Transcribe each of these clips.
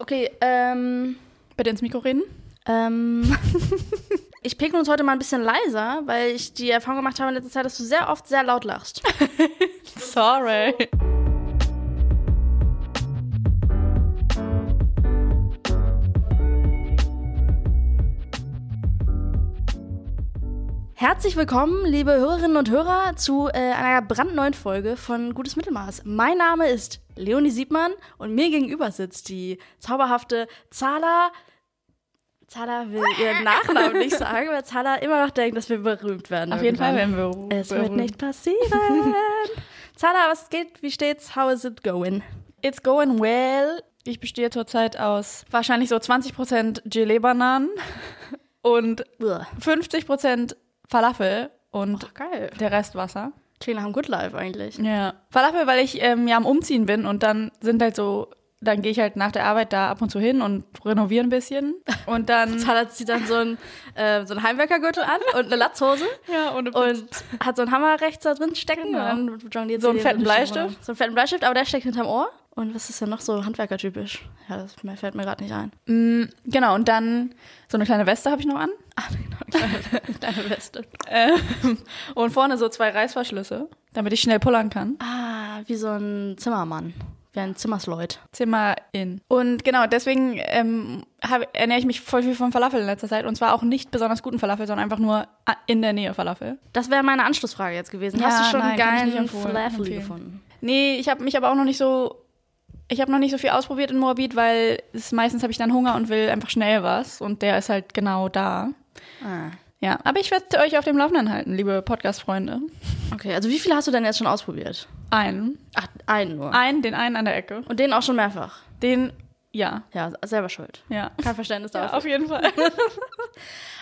Okay, ähm, Bitte ins Mikro reden. ähm, ich pinkel uns heute mal ein bisschen leiser, weil ich die Erfahrung gemacht habe in letzter Zeit, dass du sehr oft sehr laut lachst. Sorry. Herzlich willkommen, liebe Hörerinnen und Hörer, zu äh, einer brandneuen Folge von Gutes Mittelmaß. Mein Name ist Leonie Siebmann und mir gegenüber sitzt die zauberhafte Zala. Zala will ihren Nachnamen nicht sagen, weil Zala immer noch denkt, dass wir berühmt werden. Auf jeden Fall irgendwann. werden wir Es wird nicht passieren. Zala, was geht? Wie steht's? How is it going? It's going well. Ich bestehe zurzeit aus wahrscheinlich so 20% Gelee-Bananen und Ugh. 50% Falafel und Geil. der Rest Wasser. Klingt nach einem Good Life eigentlich. Ja. Falafel, weil ich ähm, ja am Umziehen bin und dann sind halt so, dann gehe ich halt nach der Arbeit da ab und zu hin und renoviere ein bisschen. Und dann. Zala zieht dann so einen, äh, so einen Heimwerkergürtel an und eine Latzhose ja, und, und hat so einen Hammer rechts da drin stecken Genau. und dann jongliert So sie einen den fetten durch die Bleistift? Wohnung. So einen fetten Bleistift, aber der steckt hinterm Ohr. Und was ist denn noch so handwerkertypisch? Ja, das mir- fällt mir gerade nicht ein. Mm, genau, und dann so eine kleine Weste habe ich noch an. genau, Deine Weste. Ähm, und vorne so zwei Reißverschlüsse, damit ich schnell pullern kann. Ah, wie so ein Zimmermann. Wie ein Zimmersleut. Zimmer in. Und genau, deswegen ähm, hab, ernähre ich mich voll viel von Falafel in letzter Zeit. Und zwar auch nicht besonders guten Falafel, sondern einfach nur a- in der Nähe Falafel. Das wäre meine Anschlussfrage jetzt gewesen. Ja, Hast du schon nein, kann ich einen nicht geilen empfohlen- Falafel empfehlen. gefunden? Nee, ich habe mich aber auch noch nicht so. Ich habe noch nicht so viel ausprobiert in Moabit, weil es, meistens habe ich dann Hunger und will einfach schnell was. Und der ist halt genau da. Ah. Ja, aber ich werde euch auf dem Laufenden halten, liebe Podcast-Freunde. Okay, also wie viele hast du denn jetzt schon ausprobiert? Einen. Ach, einen nur. Einen, den einen an der Ecke. Und den auch schon mehrfach. Den, ja, Ja, selber schuld. ja. Kein Verständnis ja dafür. auf jeden Fall.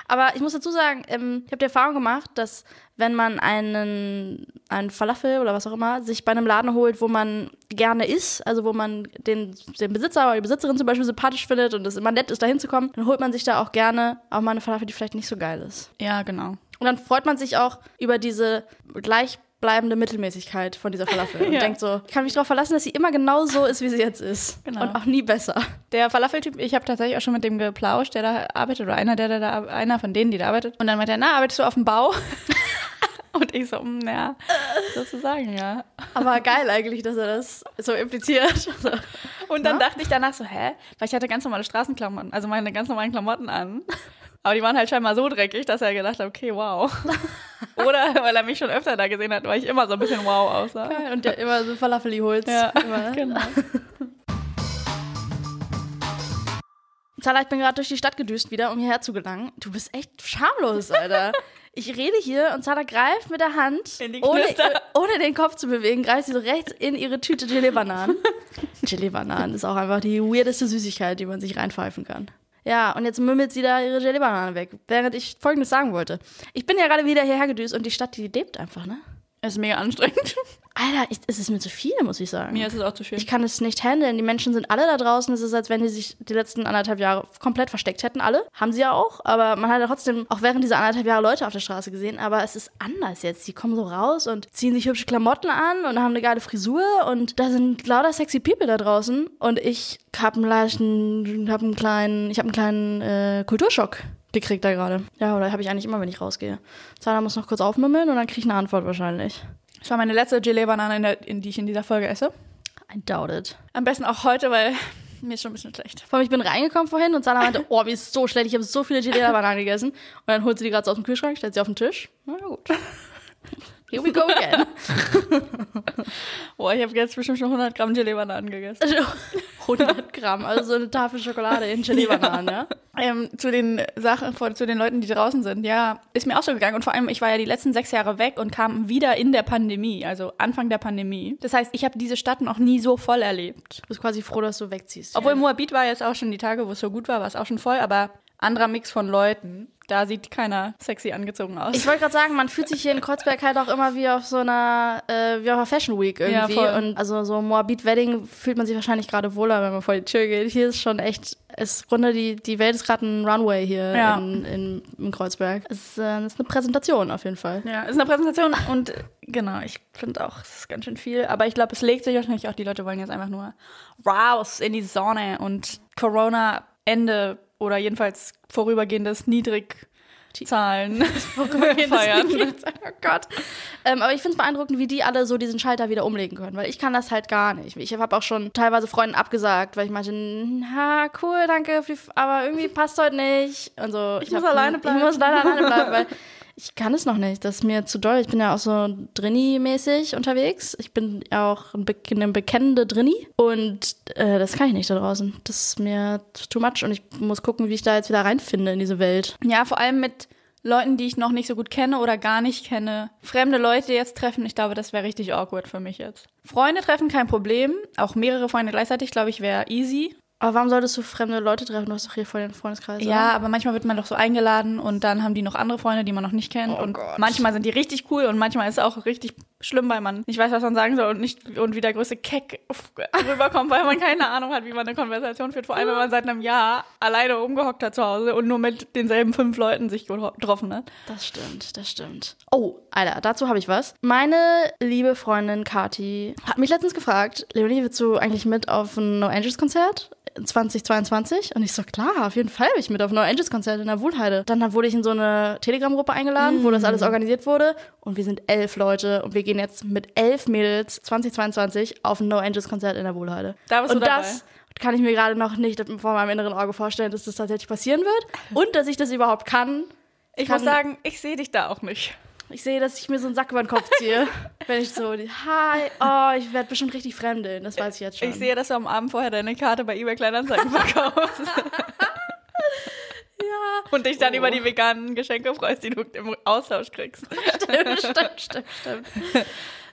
Aber ich muss dazu sagen, ähm, ich habe die Erfahrung gemacht, dass wenn man einen, einen Falafel oder was auch immer sich bei einem Laden holt, wo man gerne isst, also wo man den, den Besitzer oder die Besitzerin zum Beispiel sympathisch findet und es immer nett ist, da hinzukommen, dann holt man sich da auch gerne auch mal eine Falafel, die vielleicht nicht so geil ist. Ja, genau. Und dann freut man sich auch über diese gleichbleibende Mittelmäßigkeit von dieser Falafel und Ja. denkt so, ich kann mich darauf verlassen, dass sie immer genau so ist, wie sie jetzt ist. Genau. Und auch nie besser. Der Falafeltyp, ich habe tatsächlich auch schon mit dem geplauscht, der da arbeitet, oder einer, der, der da, einer von denen, die da arbeitet. Und dann meinte er, na, arbeitest du auf dem Bau? Und ich so, "Mm, ja, sozusagen, ja. Aber geil eigentlich, dass er das so impliziert. Und dann dachte ich danach so, hä? Weil ich hatte ganz normale Straßenklamotten, also meine ganz normalen Klamotten an. Aber die waren halt scheinbar so dreckig, dass er gedacht hat, okay, wow. Oder weil er mich schon öfter da gesehen hat, weil ich immer so ein bisschen wow aussah. Und der immer so Falafeli holst. Ja, Immer. genau. Zala, ich bin gerade durch die Stadt gedüst wieder, um hierher zu gelangen. Du bist echt schamlos, Alter. Ich rede hier und Zala greift mit der Hand, In die ohne, äh, Knister. ohne den Kopf zu bewegen, greift sie so rechts in ihre Tüte Gelee-Bananen. Gelee-Bananen ist auch einfach die weirdeste Süßigkeit, die man sich reinpfeifen kann. Ja, und jetzt mümmelt sie da ihre Gelee-Bananen weg, während ich Folgendes sagen wollte. Ich bin ja gerade wieder hierher gedüst und die Stadt, die lebt einfach, ne? Ist mega anstrengend. Alter, ist, ist es mir zu viel, muss ich sagen. Mir ist es auch zu viel. Ich kann es nicht handeln. Die Menschen sind alle da draußen. Es ist, als wenn die sich die letzten anderthalb Jahre komplett versteckt hätten. Alle. Haben sie ja auch. Aber man hat ja trotzdem auch während dieser anderthalb Jahre Leute auf der Straße gesehen. Aber es ist anders jetzt. Die kommen so raus und ziehen sich hübsche Klamotten an und haben eine geile Frisur. Und da sind lauter sexy People da draußen. Und ich hab einen leichten, hab einen kleinen, ich hab einen kleinen äh, Kulturschock gekriegt da gerade. Ja, oder habe ich eigentlich immer, wenn ich rausgehe. Zahler muss noch kurz aufmümmeln und dann krieg ich eine Antwort wahrscheinlich. Das war meine letzte Gelee-Banane, in der- in die ich in dieser Folge esse. I doubt it. Am besten auch heute, weil mir ist schon ein bisschen schlecht. Vor allem, ich bin reingekommen vorhin und Sana meinte, oh, mir ist so schlecht, ich habe so viele Gelee-Bananen gegessen. Und dann holt sie die gerade so aus dem Kühlschrank, stellt sie auf den Tisch. Na gut. Here we go again. Boah, ich habe jetzt bestimmt schon 100 Gramm Gelee-Bananen gegessen. 100 Also, Gramm, also so eine Tafel Schokolade in Gelee-Bananen, ja. Ähm, zu den Sachen, vor, zu den Leuten, die draußen sind, ja, ist mir auch so gegangen. Und vor allem, ich war ja die letzten sechs Jahre weg und kam wieder in der Pandemie, also Anfang der Pandemie. Das heißt, ich habe diese Stadt noch nie so voll erlebt. Du bist quasi froh, dass du wegziehst. Obwohl Moabit war jetzt auch schon die Tage, wo es so gut war, war es auch schon voll, aber anderer Mix von Leuten. Da sieht keiner sexy angezogen aus. Ich wollte gerade sagen, man fühlt sich hier in Kreuzberg halt auch immer wie auf so einer, äh, wie auf einer Fashion Week irgendwie. Ja, voll. und also so Moabit Wedding fühlt man sich wahrscheinlich gerade wohler, wenn man vor die Tür geht. Hier ist schon echt, es ist runter, die, die Welt ist gerade ein Runway hier Ja. in, in, in Kreuzberg. Es ist, äh, es ist eine Präsentation auf jeden Fall. Ja, ist eine Präsentation und äh, genau, ich finde auch, es ist ganz schön viel. Aber ich glaube, es legt sich wahrscheinlich auch, die Leute wollen jetzt einfach nur raus in die Sonne und Corona-Ende oder jedenfalls vorübergehendes Niedrigzahlen feiern. oh Gott. Ähm, aber ich finde es beeindruckend, wie die alle so diesen Schalter wieder umlegen können, weil ich kann das halt gar nicht. Ich habe auch schon teilweise Freunden abgesagt, weil ich meinte, na cool, danke, für die F- aber irgendwie passt heute nicht. Und so, Ich muss alleine bleiben. Ich muss leider alleine bleiben, weil ich kann es noch nicht. Das ist mir zu doll. Ich bin ja auch so Drini-mäßig unterwegs. Ich bin ja auch ein, Be eine bekennende Drini und äh, das kann ich nicht da draußen. Das ist mir too much und ich muss gucken, wie ich da jetzt wieder reinfinde in diese Welt. Ja, vor allem mit Leuten, die ich noch nicht so gut kenne oder gar nicht kenne. Fremde Leute jetzt treffen, ich glaube, das wäre richtig awkward für mich jetzt. Freunde treffen, kein Problem. Auch mehrere Freunde gleichzeitig, glaube ich, wäre easy. Aber warum solltest du fremde Leute treffen? Du hast doch hier voll den Freundeskreis. Ja, aber manchmal wird man doch so eingeladen und dann haben die noch andere Freunde, die man noch nicht kennt. Oh und Gott. manchmal sind die richtig cool und manchmal ist es auch richtig schlimm, weil man nicht weiß, was man sagen soll und nicht und wie der größte Keck rüberkommt, weil man keine Ahnung hat, wie man eine Konversation führt. Vor allem, wenn man seit einem Jahr alleine umgehockt hat zu Hause und nur mit denselben fünf Leuten sich geho- getroffen hat. Das stimmt, das stimmt. Oh, Alter, dazu habe ich was. Meine liebe Freundin Kati hat mich letztens gefragt, Leonie, willst du eigentlich mit auf ein No Angels Konzert? 2022 und ich so klar, auf jeden Fall will ich mit auf ein No Angels Konzert in der Wohlheide. Dann wurde ich in so eine Telegram Gruppe eingeladen, wo das Mhm. alles organisiert wurde und wir sind elf Leute und wir gehen jetzt mit elf Mädels 2022 auf ein No Angels Konzert in der Wohlheide. Da bist du und das kann ich mir gerade noch nicht vor meinem inneren Auge vorstellen, dass das tatsächlich passieren wird und dass ich das überhaupt kann. Ich kann- muss sagen, ich sehe dich da auch nicht. Ich sehe, dass ich mir so einen Sack über den Kopf ziehe, wenn ich so, die- hi, oh, ich werde bestimmt richtig fremdeln, das weiß ich jetzt schon. Ich sehe, dass du am Abend vorher deine Karte bei eBay Kleinanzeigen verkaufst. ja. Und dich dann Oh. über die veganen Geschenke freust, die du im Austausch kriegst. stimmt, stimmt, stimmt, stimmt.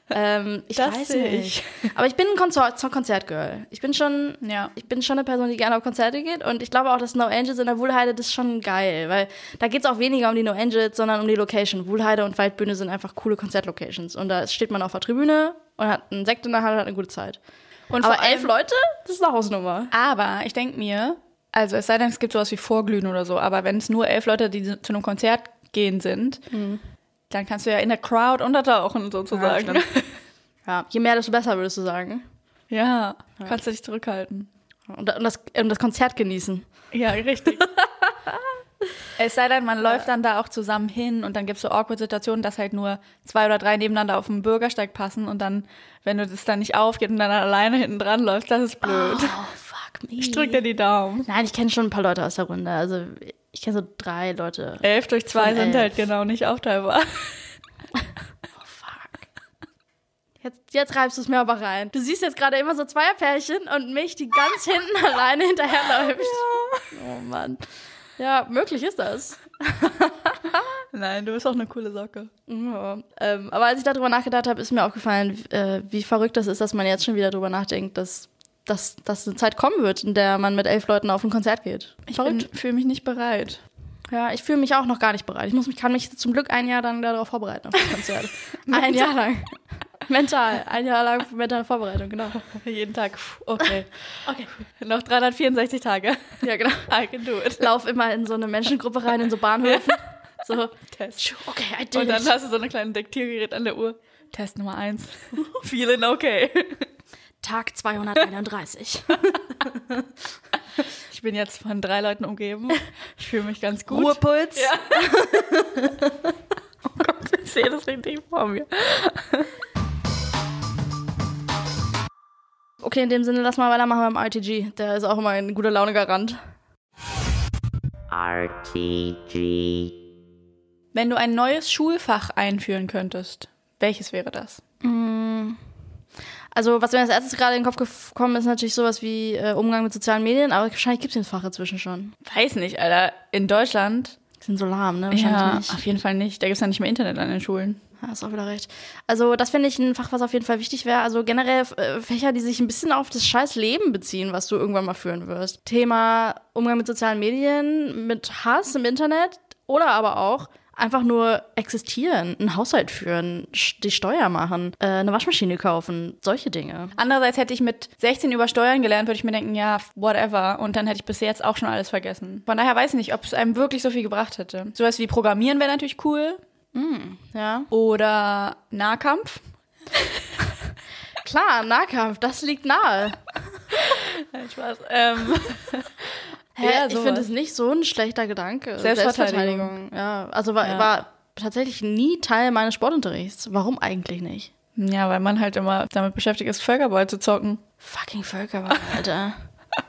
ähm, ich Das weiß sehe nicht. Aber ich bin ein Konzert, so ein Konzertgirl. Ich bin schon, Ja. ich bin schon eine Person, die gerne auf Konzerte geht und ich glaube auch, dass No Angels in der Wuhlheide, das ist schon geil, weil da geht es auch weniger um die No Angels, sondern um die Location. Wuhlheide und Waldbühne sind einfach coole Konzertlocations und da steht man auf der Tribüne und hat einen Sekt in der Hand und hat eine gute Zeit. Und Aber elf Leute, das ist eine Hausnummer. Aber ich denke mir, also es sei denn, es gibt sowas wie Vorglühen oder so, aber wenn es nur elf Leute, die zu einem Konzert gehen sind, dann kannst du ja in der Crowd untertauchen, sozusagen. Ja, Ja, je mehr, desto besser, würdest du sagen. Ja, kannst du dich zurückhalten. Und, und, das, und das Konzert genießen. Ja, richtig. es sei denn, man läuft dann da auch zusammen hin und dann gibt es so awkward Situationen, dass halt nur zwei oder drei nebeneinander auf dem Bürgersteig passen und dann, wenn du das dann nicht aufgeht und dann alleine hinten dran läufst, das ist blöd. Oh, fuck me. Ich drück dir die Daumen. Nein, ich kenne schon ein paar Leute aus der Runde. Also ich kenne so drei Leute. Elf durch zwei Von sind elf. halt genau nicht aufteilbar. Fuck. Jetzt, jetzt reibst du es mir aber rein. Du siehst jetzt gerade immer so Zweierpärchen und mich, die ganz hinten alleine hinterherläuft. Oh Mann. Ja, möglich ist das. Nein, du bist auch eine coole Socke. Ja. Ähm, aber als ich darüber nachgedacht habe, ist mir aufgefallen, äh, wie verrückt das ist, dass man jetzt schon wieder darüber nachdenkt, dass, dass, dass eine Zeit kommen wird, in der man mit elf Leuten auf ein Konzert geht. Ich fühle mich nicht bereit. Ja, ich fühle mich auch noch gar nicht bereit. Ich muss mich, kann mich zum Glück ein Jahr lang darauf vorbereiten auf das Konzert. ein Jahr lang. Mental. Ein Jahr lang mentale Vorbereitung, genau. Jeden Tag. Puh, Okay. Okay. Noch 364 Tage. Ja, genau. I can do it. Lauf immer in so eine Menschengruppe rein, in so Bahnhöfen. So, Test. tschu, okay, I Und did dann it. hast du so eine kleine Diktiergerät an der Uhr. Test Nummer eins. Feeling okay. Tag 231. Ich bin jetzt von drei Leuten umgeben. Ich fühle mich ganz gut. Ruhepuls. Ja. oh Gott, ich sehe das richtig vor mir. Okay, in dem Sinne, lass mal weitermachen beim RTG. Der ist auch immer ein guter Laune-Garant. RTG. Wenn du ein neues Schulfach einführen könntest, welches wäre das? Also, was mir als erstes gerade in den Kopf gekommen ist, natürlich sowas wie äh, Umgang mit sozialen Medien, aber wahrscheinlich gibt es den Fach inzwischen schon. Weiß nicht, Alter. In Deutschland? Die sind so lahm, ne? Ja, nicht. auf jeden Fall nicht. Da gibt es ja nicht mehr Internet an den Schulen. Ja, Ah, hast auch wieder recht. Also, das finde ich ein Fach, was auf jeden Fall wichtig wäre. Also generell äh, Fächer, die sich ein bisschen auf das scheiß Leben beziehen, was du irgendwann mal führen wirst. Thema Umgang mit sozialen Medien, mit Hass im Internet oder aber auch einfach nur existieren, einen Haushalt führen, sch- die Steuer machen, äh, eine Waschmaschine kaufen, solche Dinge. Andererseits hätte ich mit 16 über Steuern gelernt, würde ich mir denken, ja, whatever. Und dann hätte ich bis jetzt auch schon alles vergessen. Von daher weiß ich nicht, ob es einem wirklich so viel gebracht hätte. Sowas wie Programmieren wäre natürlich cool. Ja. Oder Nahkampf. Klar, Nahkampf, das liegt nahe. Nein, Spaß. Ähm, Hä? Ja, ich sowas. finde es nicht so ein schlechter Gedanke. Selbstverteidigung. Ja, also war, Ja. war tatsächlich nie Teil meines Sportunterrichts. Warum eigentlich nicht? ja, weil man halt immer damit beschäftigt ist, Völkerball zu zocken. Fucking Völkerball, Alter.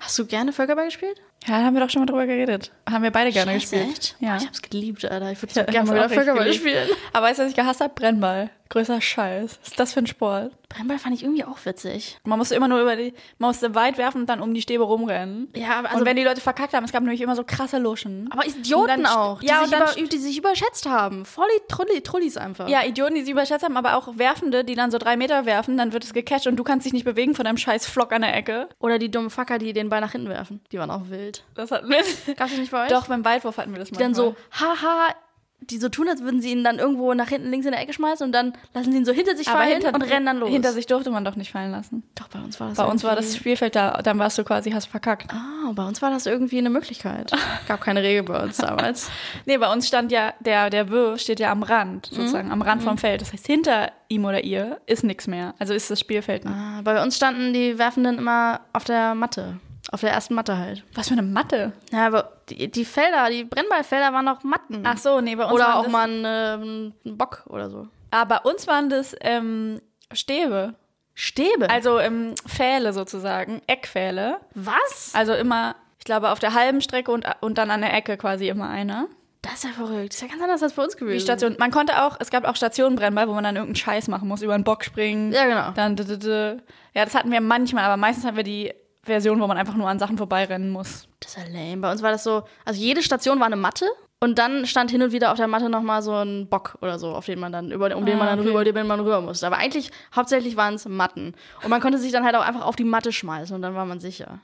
Hast du gerne Völkerball gespielt? Ja, da haben wir doch schon mal drüber geredet. Haben wir beide gerne Scheiße, gespielt. Echt? Ja. Ja. Ich hab's geliebt, Alter. Ich würde Ja, so gerne mal wieder hab's auch echt Völkerball geliebt. spielen. Aber weißt du, was ich gehasst habe? Brennball. Größer Scheiß. Was ist das für ein Sport? Brennball fand ich irgendwie auch witzig. Man musste immer nur über die, man musste weit werfen und dann um die Stäbe rumrennen. Ja, also aber und wenn die Leute verkackt haben, es gab nämlich immer so krasse Luschen. aber Und Idioten dann st- auch, die, ja, ja, und sich dann über, die sich überschätzt haben. Voll die Trulli, Trullis einfach. Ja, Idioten, die sie überschätzt haben, aber auch Werfende, die dann so drei Meter werfen, dann wird es gecatcht und du kannst dich nicht bewegen von deinem scheiß Flock an der Ecke. Oder die dummen Facker, die den Ball nach hinten werfen. Die waren auch wild. Das hatten wir. Gab's das nicht bei euch? Doch, beim Waldwurf hatten wir das mal. Die dann so, haha, die so tun, als würden sie ihn dann irgendwo nach hinten links in der Ecke schmeißen und dann lassen sie ihn so hinter sich fallen und rennen dann los. Hinter sich durfte man doch nicht fallen lassen. Doch, bei uns war das Bei uns war irgendwie- das Spielfeld da, dann warst du quasi, hast verkackt. Ah, bei uns war das irgendwie eine Möglichkeit. Gab keine Regel bei uns damals. Nee, bei uns stand ja, der, der Würf steht ja am Rand, Mhm. sozusagen, am Rand vom Feld. Das heißt, hinter ihm oder ihr ist nichts mehr. Also ist das Spielfeld nicht. Ah, bei uns standen die Werfenden immer auf der Matte. Auf der ersten Matte halt. Was für eine Matte. Ja, aber die, die Felder, die Brennballfelder waren noch Matten. Ach so, nee, bei uns oder waren auch das, mal ein, ähm, ein Bock oder so. Ah, bei uns waren das ähm, Stäbe. Stäbe. Also ähm, Pfähle sozusagen, Eckpfähle. was? Also immer, ich glaube, auf der halben Strecke und, und dann an der Ecke quasi immer einer. Das ist ja verrückt. Das ist ja ganz anders als bei uns gewesen. Die Station. Man konnte auch, es gab auch Stationenbrennball, wo man dann irgendeinen Scheiß machen muss, über einen Bock springen. Ja, genau. Dann, d- d- d- ja, das hatten wir manchmal, aber meistens hatten wir die Version, wo man einfach nur an Sachen vorbeirennen muss. Das ist ja lame. Bei uns war das so, also jede Station war eine Matte und dann stand hin und wieder auf der Matte nochmal so ein Bock oder so, auf den man dann, über, um den man Ah, dann okay. rüber, über den man rüber musste. Aber eigentlich, hauptsächlich waren es Matten. Und man konnte sich dann halt auch einfach auf die Matte schmeißen und dann war man sicher.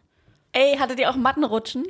Ey, hattet ihr auch Mattenrutschen?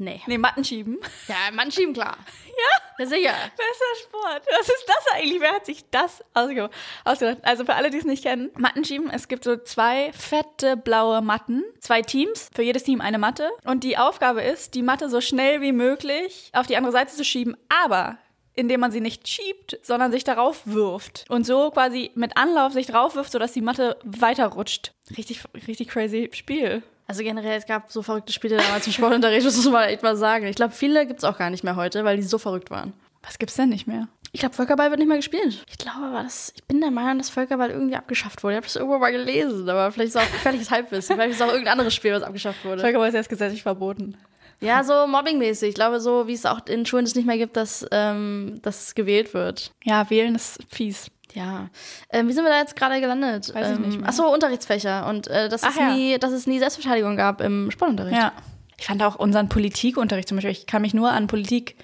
Nee. Nee, Mattenschieben. Ja, Mann schieben, klar. Ja? Ja, sicher. Besser Sport. Was ist das eigentlich? Wer hat sich das ausge- ausgedacht? Also für alle, die es nicht kennen, Mattenschieben, es gibt so zwei fette blaue Matten, zwei Teams, für jedes Team eine Matte. Und die Aufgabe ist, die Matte so schnell wie möglich auf die andere Seite zu schieben, aber indem man sie nicht schiebt, sondern sich darauf wirft. Und so quasi mit Anlauf sich drauf wirft, sodass die Matte weiterrutscht. Richtig, richtig crazy Spiel. Also generell, es gab so verrückte Spiele damals im Sportunterricht, das muss man echt mal sagen. Ich glaube, viele gibt's auch gar nicht mehr heute, weil die so verrückt waren. Was gibt's denn nicht mehr? Ich glaube, Völkerball wird nicht mehr gespielt. Ich glaube aber, das, ich bin der Meinung, dass Völkerball irgendwie abgeschafft wurde. Ich habe das irgendwo mal gelesen, aber vielleicht ist es auch gefährliches Halbwissen. Vielleicht ist es auch irgendein anderes Spiel, was abgeschafft wurde. Völkerball ist erst gesetzlich verboten. Ja, so mobbingmäßig. Ich glaube, so wie es auch in Schulen es nicht mehr gibt, dass ähm, das gewählt wird. Ja, wählen ist fies. Ja. Ähm, wie sind wir da jetzt gerade gelandet? Weiß ich ähm, nicht mehr. Ach so, Unterrichtsfächer. Und äh, dass, Ach es ja. nie, dass es nie Selbstverteidigung gab im Sportunterricht. Ja. Ich fand auch unseren Politikunterricht zum Beispiel, ich kann mich nur an Politik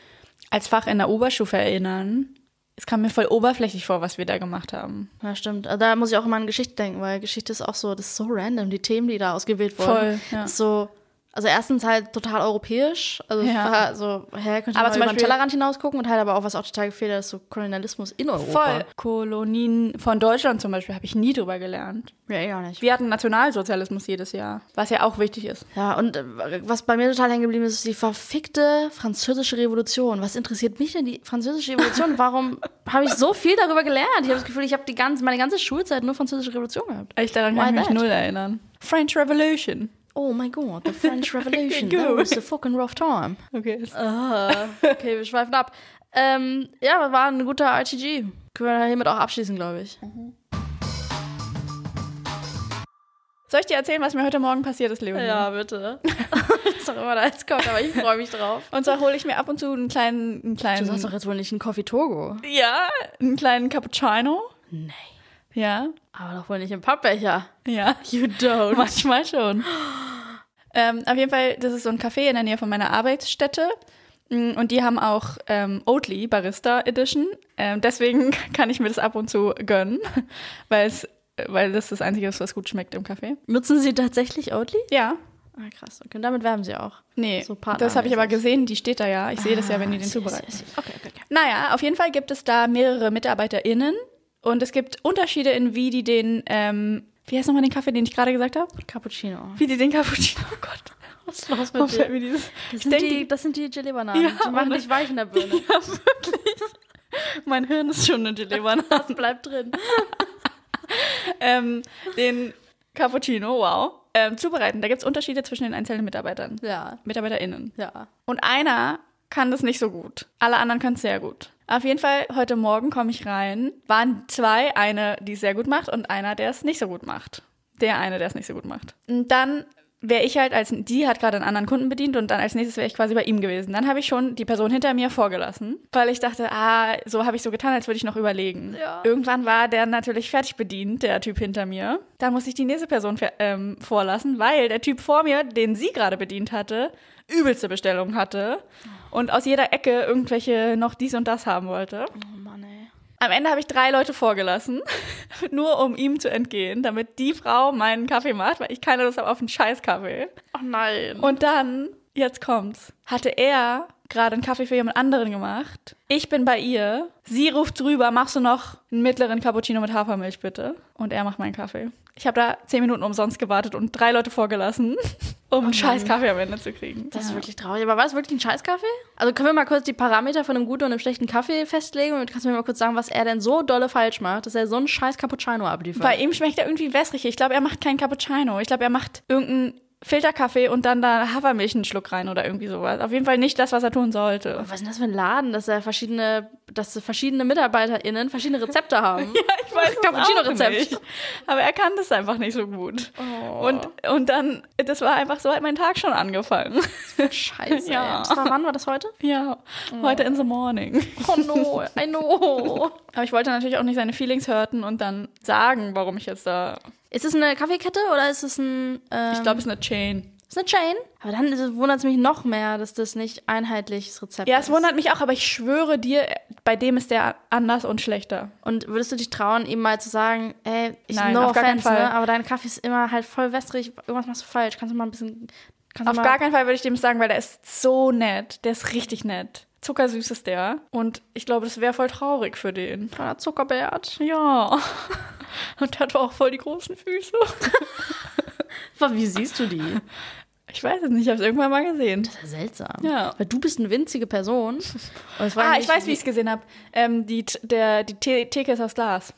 als Fach in der Oberstufe erinnern. Es kam mir voll oberflächlich vor, was wir da gemacht haben. Ja, stimmt. Also Da muss ich auch immer an Geschichte denken, weil Geschichte ist auch so, das ist so random, die Themen, die da ausgewählt wurden. Voll, ja. Das ist so, also erstens halt total europäisch. Also Ja. war so, hä, könnte Aber man zum über den Beispiel- Tellerrand hinausgucken und halt aber auch, was auch total gefehlt hat, ist so Kolonialismus in Europa. Voll. Kolonien von Deutschland zum Beispiel habe ich nie drüber gelernt. Ja, eh gar nicht. Wir hatten Nationalsozialismus jedes Jahr, was ja auch wichtig ist. Ja, und äh, was bei mir total hängen geblieben ist, ist die verfickte französische Revolution. Was interessiert mich denn die französische Revolution? Warum habe ich so viel darüber gelernt? Ich habe das Gefühl, ich habe die ganze, meine ganze Schulzeit nur französische Revolution gehabt. Ich daran kann Why ich mich that? null erinnern. French Revolution. Oh my god, the French Revolution. That was a fucking rough time. Okay. Ah, okay, wir schweifen ab. Ähm, ja, war ein guter RTG. Können wir hiermit auch abschließen, glaube ich. Soll ich dir erzählen, was mir heute Morgen passiert ist, Leonie? bitte. Was auch immer da jetzt kommt, aber ich freue mich drauf. Und zwar hole ich mir ab und zu einen kleinen, einen Du kleinen, hast doch jetzt wohl nicht einen Coffee Togo. ja, einen kleinen Cappuccino. Nee. Ja, Aber doch wohl nicht im Pappbecher. ja. You don't. Manchmal schon. Ähm, auf jeden Fall, das ist so ein Café in der Nähe von meiner Arbeitsstätte. Mm, Und die haben auch ähm, Oatly Barista Edition. Ähm, deswegen kann ich mir das ab und zu gönnen, weil es, weil das das Einzige ist, was gut schmeckt im Kaffee. Nutzen sie tatsächlich Oatly? Ja. Ah, krass. Okay, und damit werben sie auch. Nee, So das habe ich aber partnermäßig. gesehen, die steht da ja. Ah, Ich sehe das ja, wenn die den zubereiten. Okay, okay, okay. Naja, auf jeden Fall gibt es da mehrere MitarbeiterInnen und es gibt Unterschiede in wie die den, ähm, wie heißt nochmal den Kaffee, den ich gerade gesagt habe? Cappuccino. Wie die den Cappuccino, oh Gott. Was ist los Warum fällt mir dieses? Das ich sind, denke, die, das sind die Gelee-Bananen. Ja, die machen und- dich weich in der Birne. mein Hirn ist schon eine Dilemma. Das bleibt drin. ähm, den Cappuccino, wow. ähm, zubereiten. Da gibt es Unterschiede zwischen den einzelnen Mitarbeitern, Ja, MitarbeiterInnen. ja. Und einer kann das nicht so gut. Alle anderen können es sehr gut. Auf jeden Fall, heute Morgen komme ich rein, waren zwei, eine, die es sehr gut macht und einer, der es nicht so gut macht. Der eine, der es nicht so gut macht. Und dann wäre ich halt als, die hat gerade einen anderen Kunden bedient und dann als nächstes wäre ich quasi bei ihm gewesen. Dann habe ich schon die Person hinter mir vorgelassen, weil ich dachte, ah, so habe ich so getan, als würde ich noch überlegen. Ja. Irgendwann war der natürlich fertig bedient, der Typ hinter mir. Dann muss ich die nächste Person ver- ähm, vorlassen, weil der Typ vor mir, den sie gerade bedient hatte, übelste Bestellung hatte und aus jeder Ecke irgendwelche noch dies und das haben wollte. Oh Mann, ey. Am Ende habe ich drei Leute vorgelassen, nur um ihm zu entgehen, damit die Frau meinen Kaffee macht, weil ich keine Lust habe auf einen Scheißkaffee. Oh nein. Und dann, jetzt kommt's, hatte er gerade einen Kaffee für jemand anderen gemacht. Ich bin bei ihr. Sie ruft drüber, machst du noch einen mittleren Cappuccino mit Hafermilch bitte? Und er macht meinen Kaffee. Ich habe da zehn Minuten umsonst gewartet und drei Leute vorgelassen, um einen scheiß Kaffee am Ende zu kriegen. Das ist wirklich traurig. Aber war es wirklich ein Scheißkaffee? Also können wir mal kurz die Parameter von einem guten und einem schlechten Kaffee festlegen und kannst du mir mal kurz sagen, was er denn so dolle falsch macht, dass er so einen scheiß Cappuccino abliefert? Bei ihm schmeckt er irgendwie wässrig. Ich glaube, er macht keinen Cappuccino. Ich glaube, er macht irgendeinen Filterkaffee und dann da Hafermilch einen Schluck rein oder irgendwie sowas. Auf jeden Fall nicht das, was er tun sollte. was ist denn das für ein Laden, dass er verschiedene, dass verschiedene MitarbeiterInnen verschiedene Rezepte haben? Ich weiß Cappuccino-Rezept. Aber er kann das einfach nicht so gut. Oh. Und, und dann, das war einfach so, hat mein Tag schon angefangen. Scheiße. Ja. Ey. Das war, wann war das heute? ja, heute in the morning. Oh no, I know. Aber ich wollte natürlich auch nicht seine Feelings hurten und dann sagen, warum ich jetzt da. Ist es eine Kaffeekette oder ist es ein. Ähm, Ich glaube, es ist eine Chain. ist eine Chain. Aber dann wundert es mich noch mehr, dass das nicht einheitliches Rezept Ja, ist. es wundert mich auch, aber ich schwöre dir, bei dem ist der anders und schlechter. Und würdest du dich trauen, ihm mal zu sagen, ey, ich Nein, no auf gar keinen offense, ne, Fall. aber dein Kaffee ist immer halt voll wässrig, irgendwas machst du falsch, kannst du mal ein bisschen. Kannst Auf du mal, gar keinen Fall würde ich dem sagen, weil der ist so nett. Der ist richtig nett. Zuckersüß ist der. Und ich glaube, das wäre voll traurig für den. keinen Zuckerbärt. Ja. Und der hat auch voll die großen Füße. Wie siehst du die? Ich weiß es nicht, ich habe es irgendwann mal gesehen. Das ist ja seltsam. Ja. Weil du bist eine winzige Person. Und es war Ah, nicht ich weiß, wie ich es gesehen habe. Ähm, die T- der, die The Theke ist aus Glas.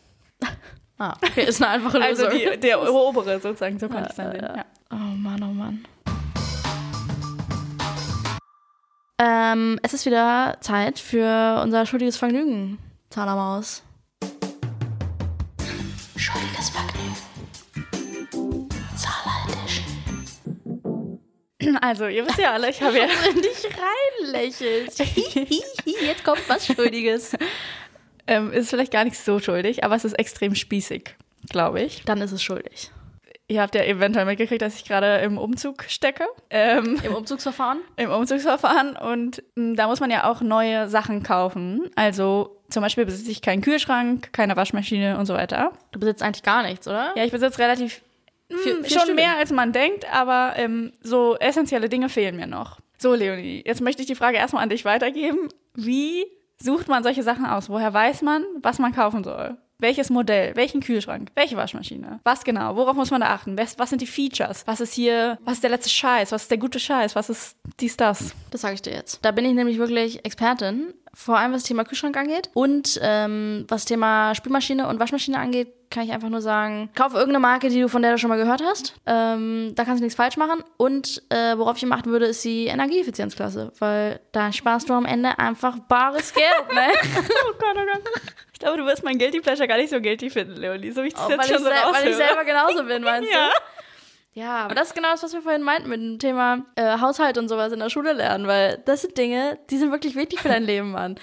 Ah, okay, ist eine einfache Lösung. Also die, der obere sozusagen, so konnte ich es dann sehen. ja. Ja. oh Mann, oh Mann. Ähm, es ist wieder Zeit für unser schuldiges Vergnügen, Zahlermaus. Schuldiges Vergnügen. Also, ihr wisst ja alle, ich habe ja, Wenn dich reinlächelst. Jetzt kommt was Schuldiges. ähm, ist vielleicht gar nicht so schuldig, aber es ist extrem spießig, glaube ich. Dann ist es schuldig. Ihr habt ja eventuell mitgekriegt, dass ich gerade im Umzug stecke, ähm, Im Umzugsverfahren? im Umzugsverfahren. Und m, da muss man ja auch neue Sachen kaufen. Also zum Beispiel besitze ich keinen Kühlschrank, keine Waschmaschine und so weiter. Du besitzt eigentlich gar nichts, oder? Ja, ich besitze relativ m, Hm, Vier- vier schon Stühle. mehr, als man denkt, aber ähm, so essentielle Dinge fehlen mir noch. So, Leonie, jetzt möchte ich die Frage erstmal an dich weitergeben. Wie sucht man solche Sachen aus? Woher weiß man, was man kaufen soll? Welches Modell? Welchen Kühlschrank? Welche Waschmaschine? Was genau? Worauf muss man da achten? Was, was sind die Features? Was ist hier, was ist der letzte Scheiß? Was ist der gute Scheiß? Was ist dies, das? Das sage ich dir jetzt. Da bin ich nämlich wirklich Expertin, vor allem was das Thema Kühlschrank angeht und ähm, was das Thema Spülmaschine und Waschmaschine angeht, kann ich einfach nur sagen, kauf irgendeine Marke, die du von der du schon mal gehört hast. Ähm, da kannst du nichts falsch machen. Und äh, worauf ich immer achten würde, ist die Energieeffizienzklasse, weil da sparst du am Ende einfach bares Geld, ne? Oh Gott, oh Gott. Ich glaube, du wirst mein Guilty Pleasure gar nicht so guilty finden, Leonie. So wie Oh, ich das Auch jetzt weil, schon ich so sel- weil ich raushöre. selber genauso bin, meinst Ja. du? Ja, aber das ist genau das, was wir vorhin meinten mit dem Thema äh, Haushalt und sowas in der Schule lernen, weil das sind Dinge, die sind wirklich wichtig für dein Leben, Mann.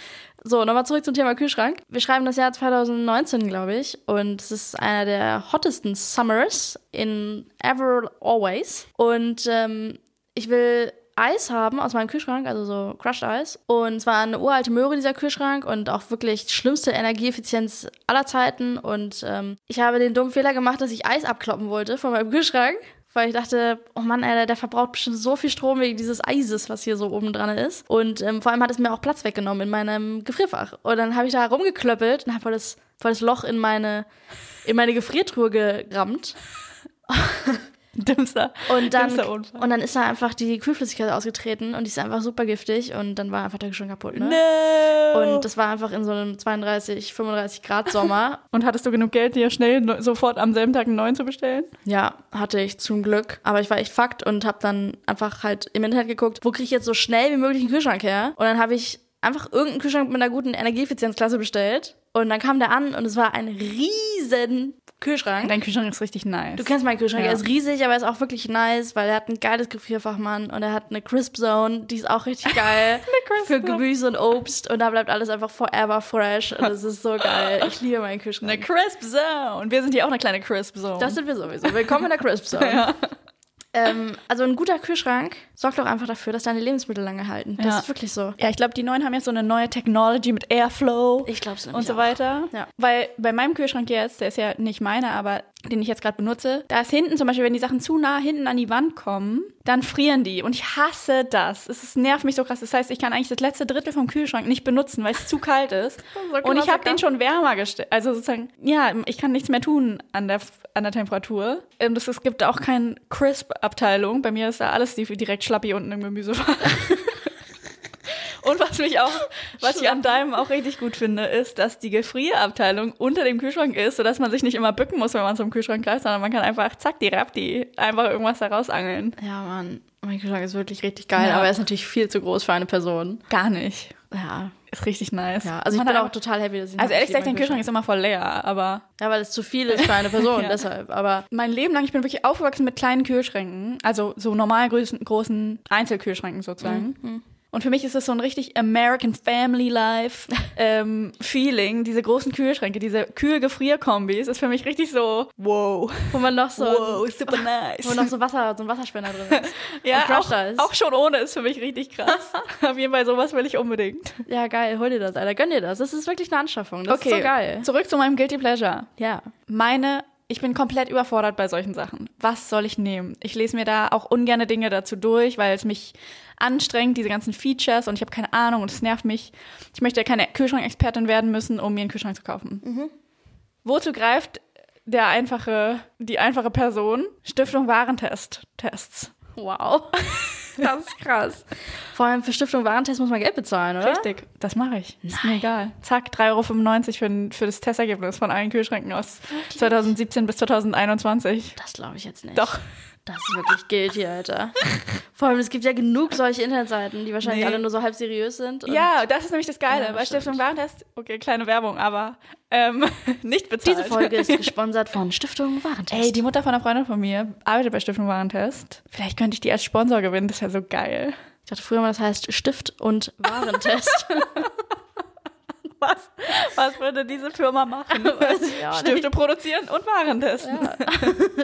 So, nochmal zurück zum Thema Kühlschrank. Wir schreiben das Jahr 2019, glaube ich, und es ist einer der hottesten Summers in ever always. Und ähm, ich will Eis haben aus meinem Kühlschrank, also so Crushed Eis. Und es war eine uralte Möhre, dieser Kühlschrank, und auch wirklich schlimmste Energieeffizienz aller Zeiten. Und ähm, ich habe den dummen Fehler gemacht, dass ich Eis abkloppen wollte von meinem Kühlschrank. Weil ich dachte, oh Mann, Alter, der verbraucht bestimmt so viel Strom wegen dieses Eises, was hier so oben dran ist. Und ähm, vor allem hat es mir auch Platz weggenommen in meinem Gefrierfach. Und dann habe ich da rumgeklöppelt und habe voll das, voll das Loch in meine, in meine Gefriertruhe gerammt. Dümmster. Und dann, dümmster Unfall. und dann ist da einfach die Kühlflüssigkeit ausgetreten und die ist einfach super giftig und dann war einfach der schon kaputt. Ne? No. Und das war einfach in so einem 32, 35 Grad Sommer. Und hattest du genug Geld, dir schnell ne- sofort am selben Tag einen neuen zu bestellen? ja, hatte ich zum Glück. Aber ich war echt fucked und habe dann einfach halt im Internet geguckt, wo kriege ich jetzt so schnell wie möglich einen Kühlschrank her? Und dann habe ich einfach irgendeinen Kühlschrank mit einer guten Energieeffizienzklasse bestellt. Und dann kam der an und es war ein riesen Kühlschrank. Dein Kühlschrank ist richtig nice. Du kennst meinen Kühlschrank, Ja. er ist riesig, aber er ist auch wirklich nice, weil er hat ein geiles Gefrierfach, Mann. Und er hat eine Crisp Zone, die ist auch richtig geil. Crisp für Zone. Gemüse und Obst. Und da bleibt alles einfach forever fresh. Und das ist so geil. Ich liebe meinen eine Kühlschrank. Crisp Zone. Und wir sind hier auch eine kleine Crisp Zone. Das sind wir sowieso. Willkommen in der Crisp Zone. Ähm, also ein guter Kühlschrank sorgt auch einfach dafür, dass deine Lebensmittel lange halten. Das Ja. ist wirklich so. ja, ich glaube, die neuen haben jetzt so eine neue Technology mit Airflow. Ich glaub's nämlich Und so auch. weiter. Ja. Weil bei meinem Kühlschrank jetzt, der ist ja nicht meiner, aber den ich jetzt gerade benutze, da ist hinten zum Beispiel, wenn die Sachen zu nah hinten an die Wand kommen, dann frieren die. Und ich hasse das. Es ist, nervt mich so krass. Das heißt, ich kann eigentlich das letzte Drittel vom Kühlschrank nicht benutzen, weil es zu kalt ist. so ein Und ich habe Klassiker. den schon wärmer gestellt. Also sozusagen, ja, ich kann nichts mehr tun an der, an der Temperatur. Und es, es gibt auch keine Crisp-Abteilung. Bei mir ist da alles die- direkt schlappi unten im Gemüsefach. Und was mich auch, was ich an deinem auch richtig gut finde, ist, dass die Gefrierabteilung unter dem Kühlschrank ist, sodass man sich nicht immer bücken muss, wenn man zum Kühlschrank greift, sondern man kann einfach zack, die Rapti, einfach irgendwas da rausangeln. Ja, Mann. Mein Kühlschrank ist wirklich richtig geil, Ja. aber er ist natürlich viel zu groß für eine Person. Gar nicht. Ja, Ist richtig nice. ja. Also ich Man bin hat auch einfach- total happy, dass ich ihn hab. Also ehrlich Ich lieb gesagt, dein meinen Kühlschrank ist immer voll leer, aber Ja, weil es zu viel ist für eine Person, Ja. deshalb. Aber mein Leben lang, ich bin wirklich aufgewachsen mit kleinen Kühlschränken, also so normal großen, großen Einzelkühlschränken sozusagen. Mhm, Und für mich ist es so ein richtig American Family Life ähm, Feeling, diese großen Kühlschränke, diese Kühl-Gefrier-Kombis, ist für mich richtig so, wow, wo man noch so, wow, super wo nice. noch so Wasser, so ein Wasserspender drin ist. Ja, Crusher auch, ist- auch schon ohne ist für mich richtig krass. Auf jeden Fall, sowas will ich unbedingt. Ja, geil, hol dir das, Alter. Gönn dir das. Das ist wirklich eine Anschaffung. Das ist so geil. zurück zu meinem Guilty Pleasure. Ja. meine, ich bin komplett überfordert bei solchen Sachen. Was soll ich nehmen? Ich lese mir da auch ungerne Dinge dazu durch, weil es mich anstrengt, diese ganzen Features und ich habe keine Ahnung und es nervt mich. Ich möchte ja keine Kühlschrankexpertin werden müssen, um mir einen Kühlschrank zu kaufen. Wozu greift der einfache, die einfache Person? Stiftung Warentest. Tests. Wow. Das ist krass. Vor allem für Stiftung Warentest muss man Geld bezahlen, oder? Richtig, das mache ich. Ist mir Nein. egal. Zack, 3,95 Euro für, für das Testergebnis von allen Kühlschränken aus 2017 bis 2021. Das glaube ich jetzt nicht. Doch. Das ist wirklich guilty, Alter. Vor allem, es gibt ja genug solche Internetseiten, die wahrscheinlich Nee. alle nur so halb seriös sind. und- Ja, das ist nämlich das Geile. Ja, bei stimmt. Stiftung Warentest, okay, kleine Werbung, aber ähm, nicht bezahlt. Diese Folge ist gesponsert von Stiftung Warentest. Ey, die Mutter von einer Freundin von mir arbeitet bei Stiftung Warentest. Vielleicht könnte ich die als Sponsor gewinnen, das wäre so geil. ich dachte früher mal, das heißt Stift und Warentest. Was, was würde diese Firma machen? ja, Stifte produzieren und Waren testen.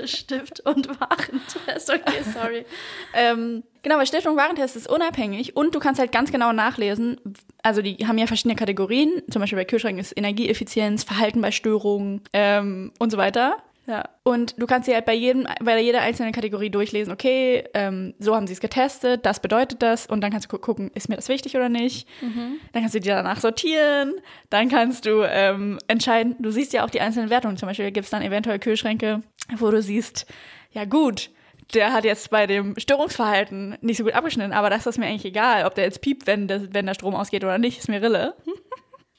Stift und Warentest. Okay, sorry. Ähm, genau, weil Stiftung Warentest ist unabhängig und du kannst halt ganz genau nachlesen. Also die haben ja verschiedene Kategorien. Zum Beispiel bei Kühlschränken ist Energieeffizienz, Verhalten bei Störungen ähm, und so weiter. Ja. Und du kannst dir halt bei jedem, bei jeder einzelnen Kategorie durchlesen, okay, ähm, so haben sie es getestet, das bedeutet das, und dann kannst du gu- gucken, ist mir das wichtig oder nicht. Dann kannst du die danach sortieren, dann kannst du ähm, entscheiden, du siehst ja auch die einzelnen Wertungen. Zum Beispiel gibt es dann eventuell Kühlschränke, wo du siehst, ja gut, der hat jetzt bei dem Störungsverhalten nicht so gut abgeschnitten, aber das ist mir eigentlich egal, ob der jetzt piept, wenn der, wenn der Strom ausgeht oder nicht, ist mir Rille.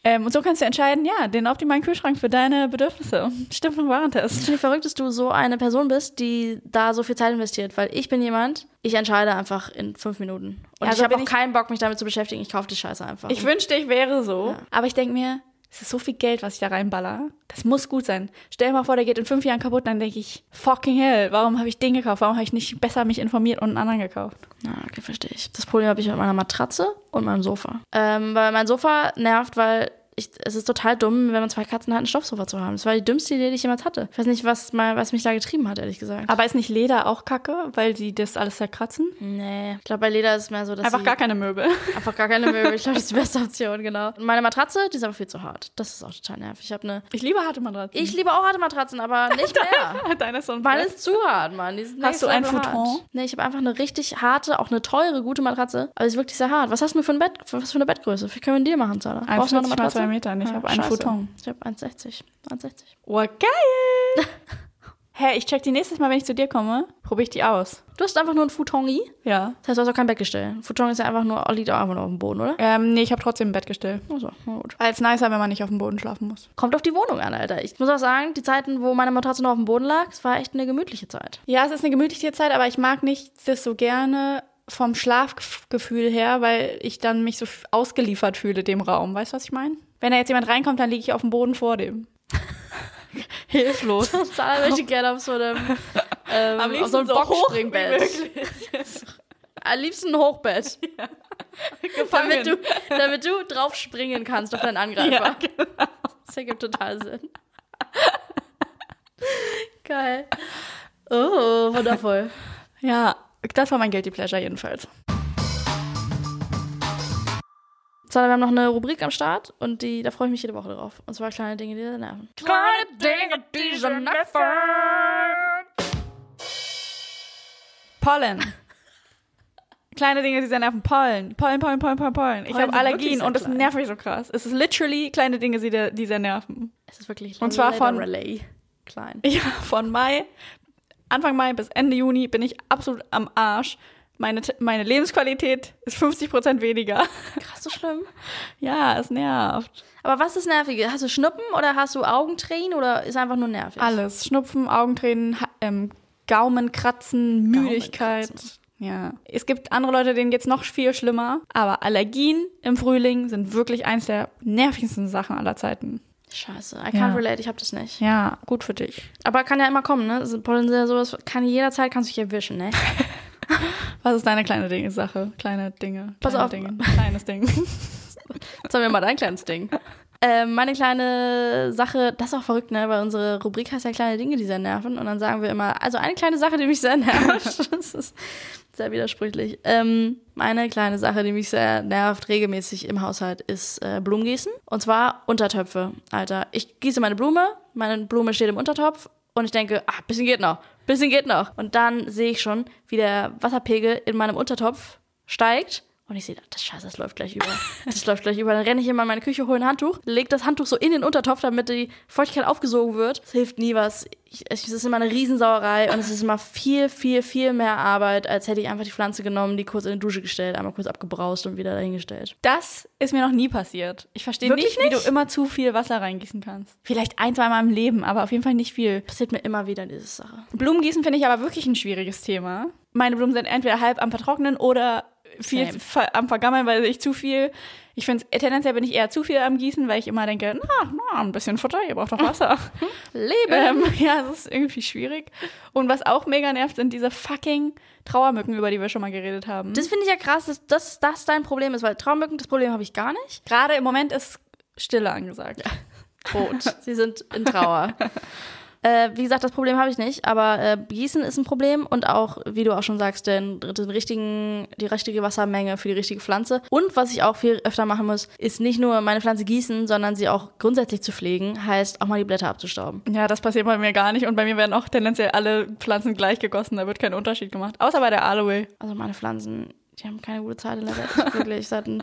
ähm, und so kannst du entscheiden, ja, den optimalen Kühlschrank für deine Bedürfnisse. Stimmt vom Warentest. Natürlich verrückt, dass du so eine Person bist, die da so viel Zeit investiert, weil ich bin jemand, ich entscheide einfach in fünf Minuten. Und Ja, so ich habe bin auch ich- keinen Bock, mich damit zu beschäftigen. Ich kaufe die Scheiße einfach. Ich wünschte, ich wäre so, Ja. aber ich denke mir, es ist so viel Geld, was ich da reinballer. Das muss gut sein. Stell dir mal vor, der geht in fünf Jahren kaputt, dann denke ich, fucking hell, warum habe ich den gekauft? Warum habe ich nicht besser mich informiert und einen anderen gekauft? Na, Ah, okay, verstehe ich. Das Problem habe ich mit meiner Matratze und meinem Sofa. Ähm, weil mein Sofa nervt, weil ich, es ist total dumm, wenn man zwei Katzen hat, einen Stoffsofa zu haben. Das war die dümmste Idee, die ich jemals hatte. Ich weiß nicht, was, mal, was mich da getrieben hat, ehrlich gesagt. Aber ist nicht Leder auch kacke, weil die das alles zerkratzen? nee. Ich glaube, bei Leder ist es mehr so, dass Einfach sie gar keine Möbel. einfach gar keine Möbel. Ich glaube, das ist die beste Option, genau. Und meine Matratze, die ist aber viel zu hart. Das ist auch total nervig. Ich habe eine. Ich liebe harte Matratzen. Ich liebe auch harte Matratzen, aber nicht mehr. Deine ist so ein Meine ist zu hart, Mann. Die sind Hast du ein Futon? Futon? Nee, ich habe einfach eine richtig harte, auch eine teure, gute Matratze. Aber die ist wirklich sehr hart. Was hast du denn für ein Bett, für- was für eine Bettgröße? Wie können wir einen Deal machen, Zara? Brauchst du noch eine 1,50 mal Matratze? 2 Meter. Ich Ah, habe einen scheiße. Futon. Ich habe 1,60. 1,60. Oh, geil! hey, ich check die nächstes Mal, wenn ich zu dir komme, probiere ich die aus. Du hast einfach nur ein Futongi. Ja. Das heißt, du hast auch kein Bettgestell. Ein Futon ist ja einfach nur, liegt auch einfach nur auf dem Boden, oder? Ähm, nee, ich habe trotzdem ein Bettgestell. Also, na gut. Weil es nicer, wenn man nicht auf dem Boden schlafen muss. Kommt auf die Wohnung an, Alter. Ich muss auch sagen, die Zeiten, wo meine Matratze noch auf dem Boden lag, es war echt eine gemütliche Zeit. Ja, es ist eine gemütliche Zeit, aber ich mag nicht das so gerne vom Schlafgefühl her, weil ich dann mich so f- ausgeliefert fühle dem Raum. Weißt du, was ich meine? Wenn da jetzt jemand reinkommt, dann liege ich auf dem Boden vor dem. Hilflos. Zahler möchte gerne auf so einem ähm, Am auf so liebsten einem so hoch wie Bockspringbett. Am liebsten ein Hochbett. damit, du, damit du drauf springen kannst auf deinen Angreifer. Ja, genau. Das ergibt total Sinn. Geil. Oh, wundervoll. Ja, das war mein Guilty Pleasure jedenfalls. Zahler, wir haben noch eine Rubrik am Start und die, da freue ich mich jede Woche drauf. Und zwar kleine Dinge, die dir nerven. Kleine Dinge, die so nerven. Pollen. Kleine Dinge, die sehr nerven. Pollen. Pollen, Pollen, Pollen, Pollen, Pollen. Ich Pollen sind habe wirklich Allergien sehr und das klein. nervt mich so krass. Es ist literally kleine Dinge, die, der- die sehr nerven. Es ist wirklich Und zwar von- Relay. Klein. Ja, von Mai, Anfang Mai bis Ende Juni bin ich absolut am Arsch. Meine, T- meine Lebensqualität ist 50% weniger. Krass, so schlimm. Ja, es nervt. Aber was ist nervig? Hast du Schnuppen oder hast du Augentränen oder ist einfach nur nervig? Alles. Schnupfen, Augentränen, ha ähm, Gaumenkratzen, Müdigkeit. Ja. Es gibt andere Leute, denen geht's noch viel schlimmer. Aber Allergien im Frühling sind wirklich eins der nervigsten Sachen aller Zeiten. Scheiße, I can't Ja. relate, ich hab das nicht. Ja, gut für dich. Aber kann ja immer kommen, ne? Also Pollen sind ja sowas, kann jederzeit, kannst du dich erwischen, ne? Was ist deine kleine Dinge Sache? Kleine Dinge. Pass kleine auf. Dinge, kleines Ding. Jetzt haben wir mal dein kleines Ding. Ähm, meine kleine Sache, das ist auch verrückt, ne? Weil unsere Rubrik heißt ja kleine Dinge, die sehr nerven. Und dann sagen wir immer, also eine kleine Sache, die mich sehr nervt. Das ist sehr widersprüchlich. Ähm, meine kleine Sache, die mich sehr nervt, regelmäßig im Haushalt, ist äh, Blumengießen. Und zwar Untertöpfe, Alter. Ich gieße meine Blume, meine Blume steht im Untertopf und ich denke, ah, bisschen geht noch, bisschen geht noch. Und dann sehe ich schon, wie der Wasserpegel in meinem Untertopf steigt. Und ich sehe, das Scheiße, das läuft gleich über. Das läuft gleich über. Dann renne ich immer in meine Küche, hole ein Handtuch, leg das Handtuch so in den Untertopf, damit die Feuchtigkeit aufgesogen wird. Das hilft nie was. Ich, es ist immer eine Riesensauerei und es ist immer viel, viel, viel mehr Arbeit, als hätte ich einfach die Pflanze genommen, die kurz in die Dusche gestellt, einmal kurz abgebraust und wieder dahingestellt. Das ist mir noch nie passiert. Ich verstehe Wirklich nicht, wie nicht? du immer zu viel Wasser reingießen kannst. Vielleicht ein, zweimal im Leben, aber auf jeden Fall nicht viel. Passiert mir immer wieder diese Sache. Blumengießen finde ich aber wirklich ein schwieriges Thema. Meine Blumen sind entweder halb am Vertrocknen oder viel Same. ver am Vergammeln, weil ich zu viel. Ich finde, tendenziell bin ich eher zu viel am Gießen, weil ich immer denke, na, na ein bisschen Futter, ihr braucht doch Wasser. Leben! ähm, ja, das ist irgendwie schwierig. Und was auch mega nervt, sind diese fucking Trauermücken, über die wir schon mal geredet haben. Das finde ich ja krass, dass, dass das dein Problem ist, weil Traummücken, das Problem habe ich gar nicht. Gerade im Moment ist Stille angesagt. Tot. Sie sind in Trauer. äh, wie gesagt, das Problem habe ich nicht, aber äh, Gießen ist ein Problem und auch, wie du auch schon sagst, den, den richtigen, die richtige Wassermenge für die richtige Pflanze. Und was ich auch viel öfter machen muss, ist nicht nur meine Pflanze gießen, sondern sie auch grundsätzlich zu pflegen, heißt auch mal die Blätter abzustauben. Ja, das passiert bei mir gar nicht. Und bei mir werden auch tendenziell alle Pflanzen gleich gegossen. Da wird kein Unterschied gemacht. Außer bei der Aloe. Also meine Pflanzen, die haben keine gute Zeit in der Welt, wirklich. Es hat ein,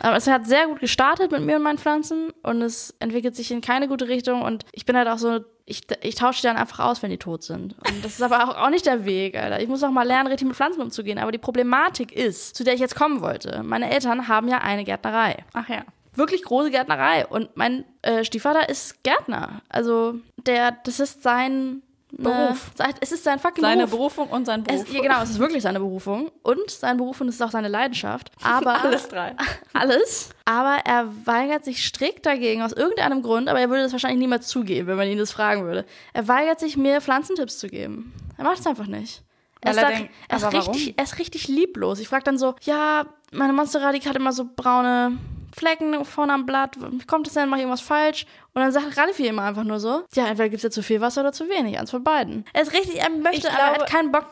aber es hat sehr gut gestartet mit mir und meinen Pflanzen und es entwickelt sich in keine gute Richtung und ich bin halt auch so, ich, ich tausche die dann einfach aus, wenn die tot sind. Und das ist aber auch, auch nicht der Weg, Alter. Ich muss auch mal lernen, richtig mit Pflanzen umzugehen. Aber die Problematik ist, zu der ich jetzt kommen wollte, meine Eltern haben ja eine Gärtnerei Ach ja. wirklich große Gärtnerei. Und mein äh, Stiefvater ist Gärtner. Also der, das ist sein ne, Beruf. sein- es ist sein fucking Seine Beruf. Berufung und sein Beruf. Es, ja, genau, es ist wirklich seine Berufung. Und sein Beruf und es ist auch seine Leidenschaft. Aber Alles drei. alles. Aber er weigert sich strikt dagegen, aus irgendeinem Grund, aber er würde das wahrscheinlich niemals zugeben, wenn man ihn das fragen würde. Er weigert sich, mir Pflanzentipps zu geben. Er macht es einfach nicht. Er Weil ist, er da, denkt, er, ist aber warum? richtig, er ist richtig lieblos. Ich frage dann so, ja, meine Monstera, die hat immer so braune Flecken vorne am Blatt. Wie kommt das denn? Mach ich irgendwas falsch? Und dann sagt Ralfi immer einfach nur so, ja, entweder gibt es ja zu viel Wasser oder zu wenig. Eins von beiden. Er ist richtig, er möchte, Ich aber er glaube- hat keinen Bock,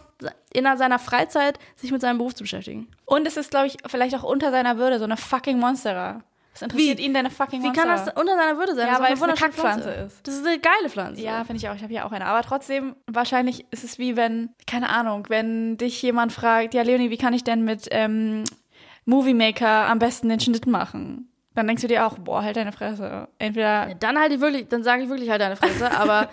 in seiner Freizeit sich mit seinem Beruf zu beschäftigen. Und es ist, glaube ich, vielleicht auch unter seiner Würde so eine fucking Monstera. Was interessiert ihn deine fucking Wie Monstera? kann das unter seiner Würde sein? Ja, das weil ist doch es eine wunderschöne Kackpflanze ist. Das ist eine geile Pflanze. Ja, finde ich auch. Ich habe ja auch eine. Aber trotzdem, wahrscheinlich ist es wie wenn, keine Ahnung, wenn dich jemand fragt, ja, Leonie, wie kann ich denn mit ähm, Movie Maker am besten den Schnitt machen? Dann denkst du dir auch, boah, halt deine Fresse. Entweder Dann halt ich wirklich, dann sage ich wirklich halt deine Fresse, aber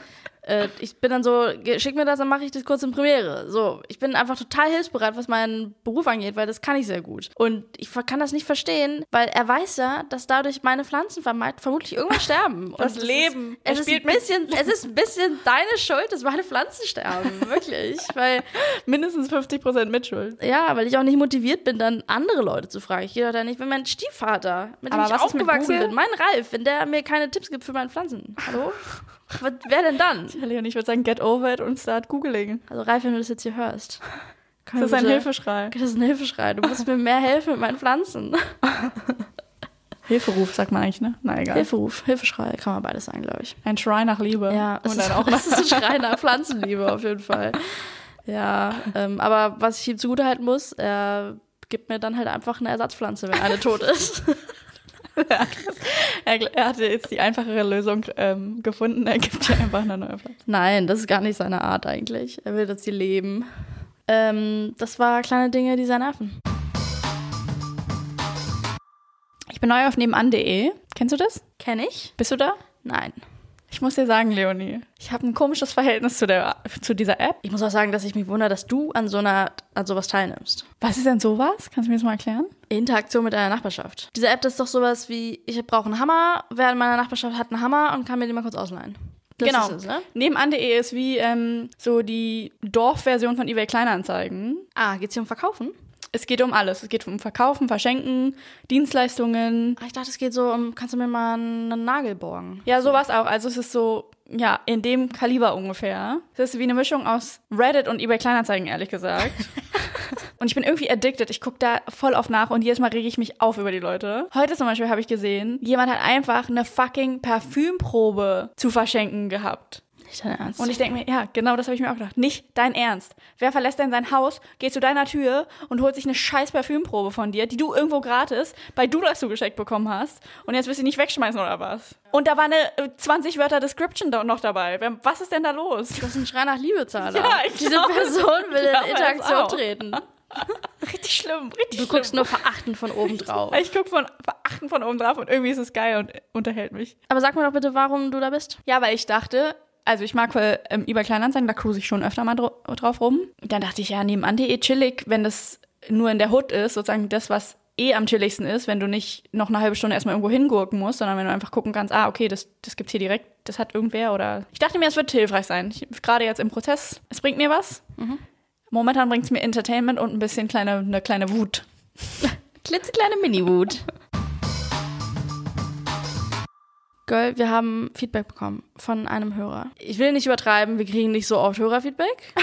Äh, ich bin dann so, ge- schick mir das, dann mache ich das kurz in Premiere. So, ich bin einfach total hilfsbereit, was meinen Beruf angeht, weil das kann ich sehr gut. Und ich ver- kann das nicht verstehen, weil er weiß ja, dass dadurch meine Pflanzen verme- vermutlich irgendwann sterben. Und Das es Leben. Er Ist, es, ist ein spielt mit. bisschen, es ist ein bisschen deine Schuld, dass meine Pflanzen sterben. Wirklich. Weil Mindestens 50% Mitschuld. ja, weil ich auch nicht motiviert bin, dann andere Leute zu fragen. Ich gehe doch da nicht, wenn mein Stiefvater, mit dem Aber ich was ist mit aufgewachsen Google? bin, mein Ralf, wenn der mir keine Tipps gibt für meine Pflanzen. Hallo? Was, wer denn dann? Leonie, ich würde sagen, get over it und start googling. Also Ralf, wenn du das jetzt hier hörst. Kann Das ist ein Hilfeschrei. Das ist ein Hilfeschrei. Du musst mir mehr helfen mit meinen Pflanzen. Hilferuf, sagt man eigentlich, ne? Na egal. Hilferuf, Hilfeschrei, kann man beides sagen, glaube ich. Ein Schrei nach Liebe. Ja, es und ist, dann auch es ist ein Schrei nach Pflanzenliebe auf jeden Fall. Ja, ähm, aber was ich ihm zugutehalten muss, er gibt mir dann halt einfach eine Ersatzpflanze, wenn eine tot ist. Er, er hatte jetzt die einfachere Lösung ähm, gefunden. Er gibt dir einfach eine neue Pflanze. Nein, das ist gar nicht seine Art eigentlich. Er will, dass sie leben. Ähm, das war kleine Dinge, die sehr nerven. Ich bin neu auf nebenan.de. Kennst du das? Kenn ich? Bist du da? Nein. Ich muss dir sagen, Leonie, ich habe ein komisches Verhältnis zu, der, zu dieser App. Ich muss auch sagen, dass ich mich wundere, dass du an so einer, an sowas teilnimmst. Was ist denn sowas? Kannst du mir das mal erklären? Interaktion mit deiner Nachbarschaft. Diese App das ist doch sowas wie, ich brauche einen Hammer, wer in meiner Nachbarschaft hat einen Hammer und kann mir den mal kurz ausleihen. Das genau. Ist es, ne? Nebenan.de ist wie ähm, so die Dorfversion von eBay Kleinanzeigen. Ah, geht's hier um Verkaufen? Es geht um alles. Es geht um Verkaufen, Verschenken, Dienstleistungen. Ah, ich dachte, es geht so um, kannst du mir mal einen Nagel borgen? Ja, sowas auch. Also es ist so, ja, in dem Kaliber ungefähr. Es ist wie eine Mischung aus Reddit und eBay Kleinanzeigen, ehrlich gesagt. und ich bin irgendwie addicted. Ich gucke da voll auf nach und jedes Mal rege ich mich auf über die Leute. Heute zum Beispiel habe ich gesehen, jemand hat einfach eine fucking Parfümprobe zu verschenken gehabt. Nicht dein Ernst. Und ich denke mir, ja, genau das habe ich mir auch gedacht. Nicht dein Ernst. Wer verlässt denn sein Haus, geht zu deiner Tür und holt sich eine scheiß Parfümprobe von dir, die du irgendwo gratis bei Dulas zugeschickt bekommen hast und jetzt willst du die nicht wegschmeißen oder was? Und da war eine äh, 20 Wörter Description da noch dabei. Wer- Was ist denn da los? das ist ein Schrei nach Liebezahler. Ja, ich Diese glaube- Person will ich in glaube, das Interaktion auch. treten. Richtig schlimm, richtig Du schlimm. guckst nur verachtend von oben drauf. Ich gucke von verachten von oben drauf und irgendwie ist es geil und äh, unterhält mich. Aber sag mir doch bitte, warum du da bist. Ja, weil ich dachte, also ich mag voll ähm, eBay Kleinanzeigen, da cruise ich schon öfter mal dro- drauf rum. Dann dachte ich, ja, nebenan.de chillig, wenn das nur in der Hood ist, sozusagen das, was eh am chilligsten ist, wenn du nicht noch eine halbe Stunde erstmal irgendwo hingurken musst, sondern wenn du einfach gucken kannst, ah, okay, das, das gibt's hier direkt, das hat irgendwer oder. Ich dachte mir, es wird hilfreich sein. Ich, gerade jetzt im Prozess, es bringt mir was. Mhm. Momentan bringt's mir Entertainment und ein bisschen kleine, eine kleine Wut. Klitzekleine Mini-Wut. Girl, wir haben Feedback bekommen von einem Hörer. Ich will nicht übertreiben, wir kriegen nicht so oft Hörerfeedback.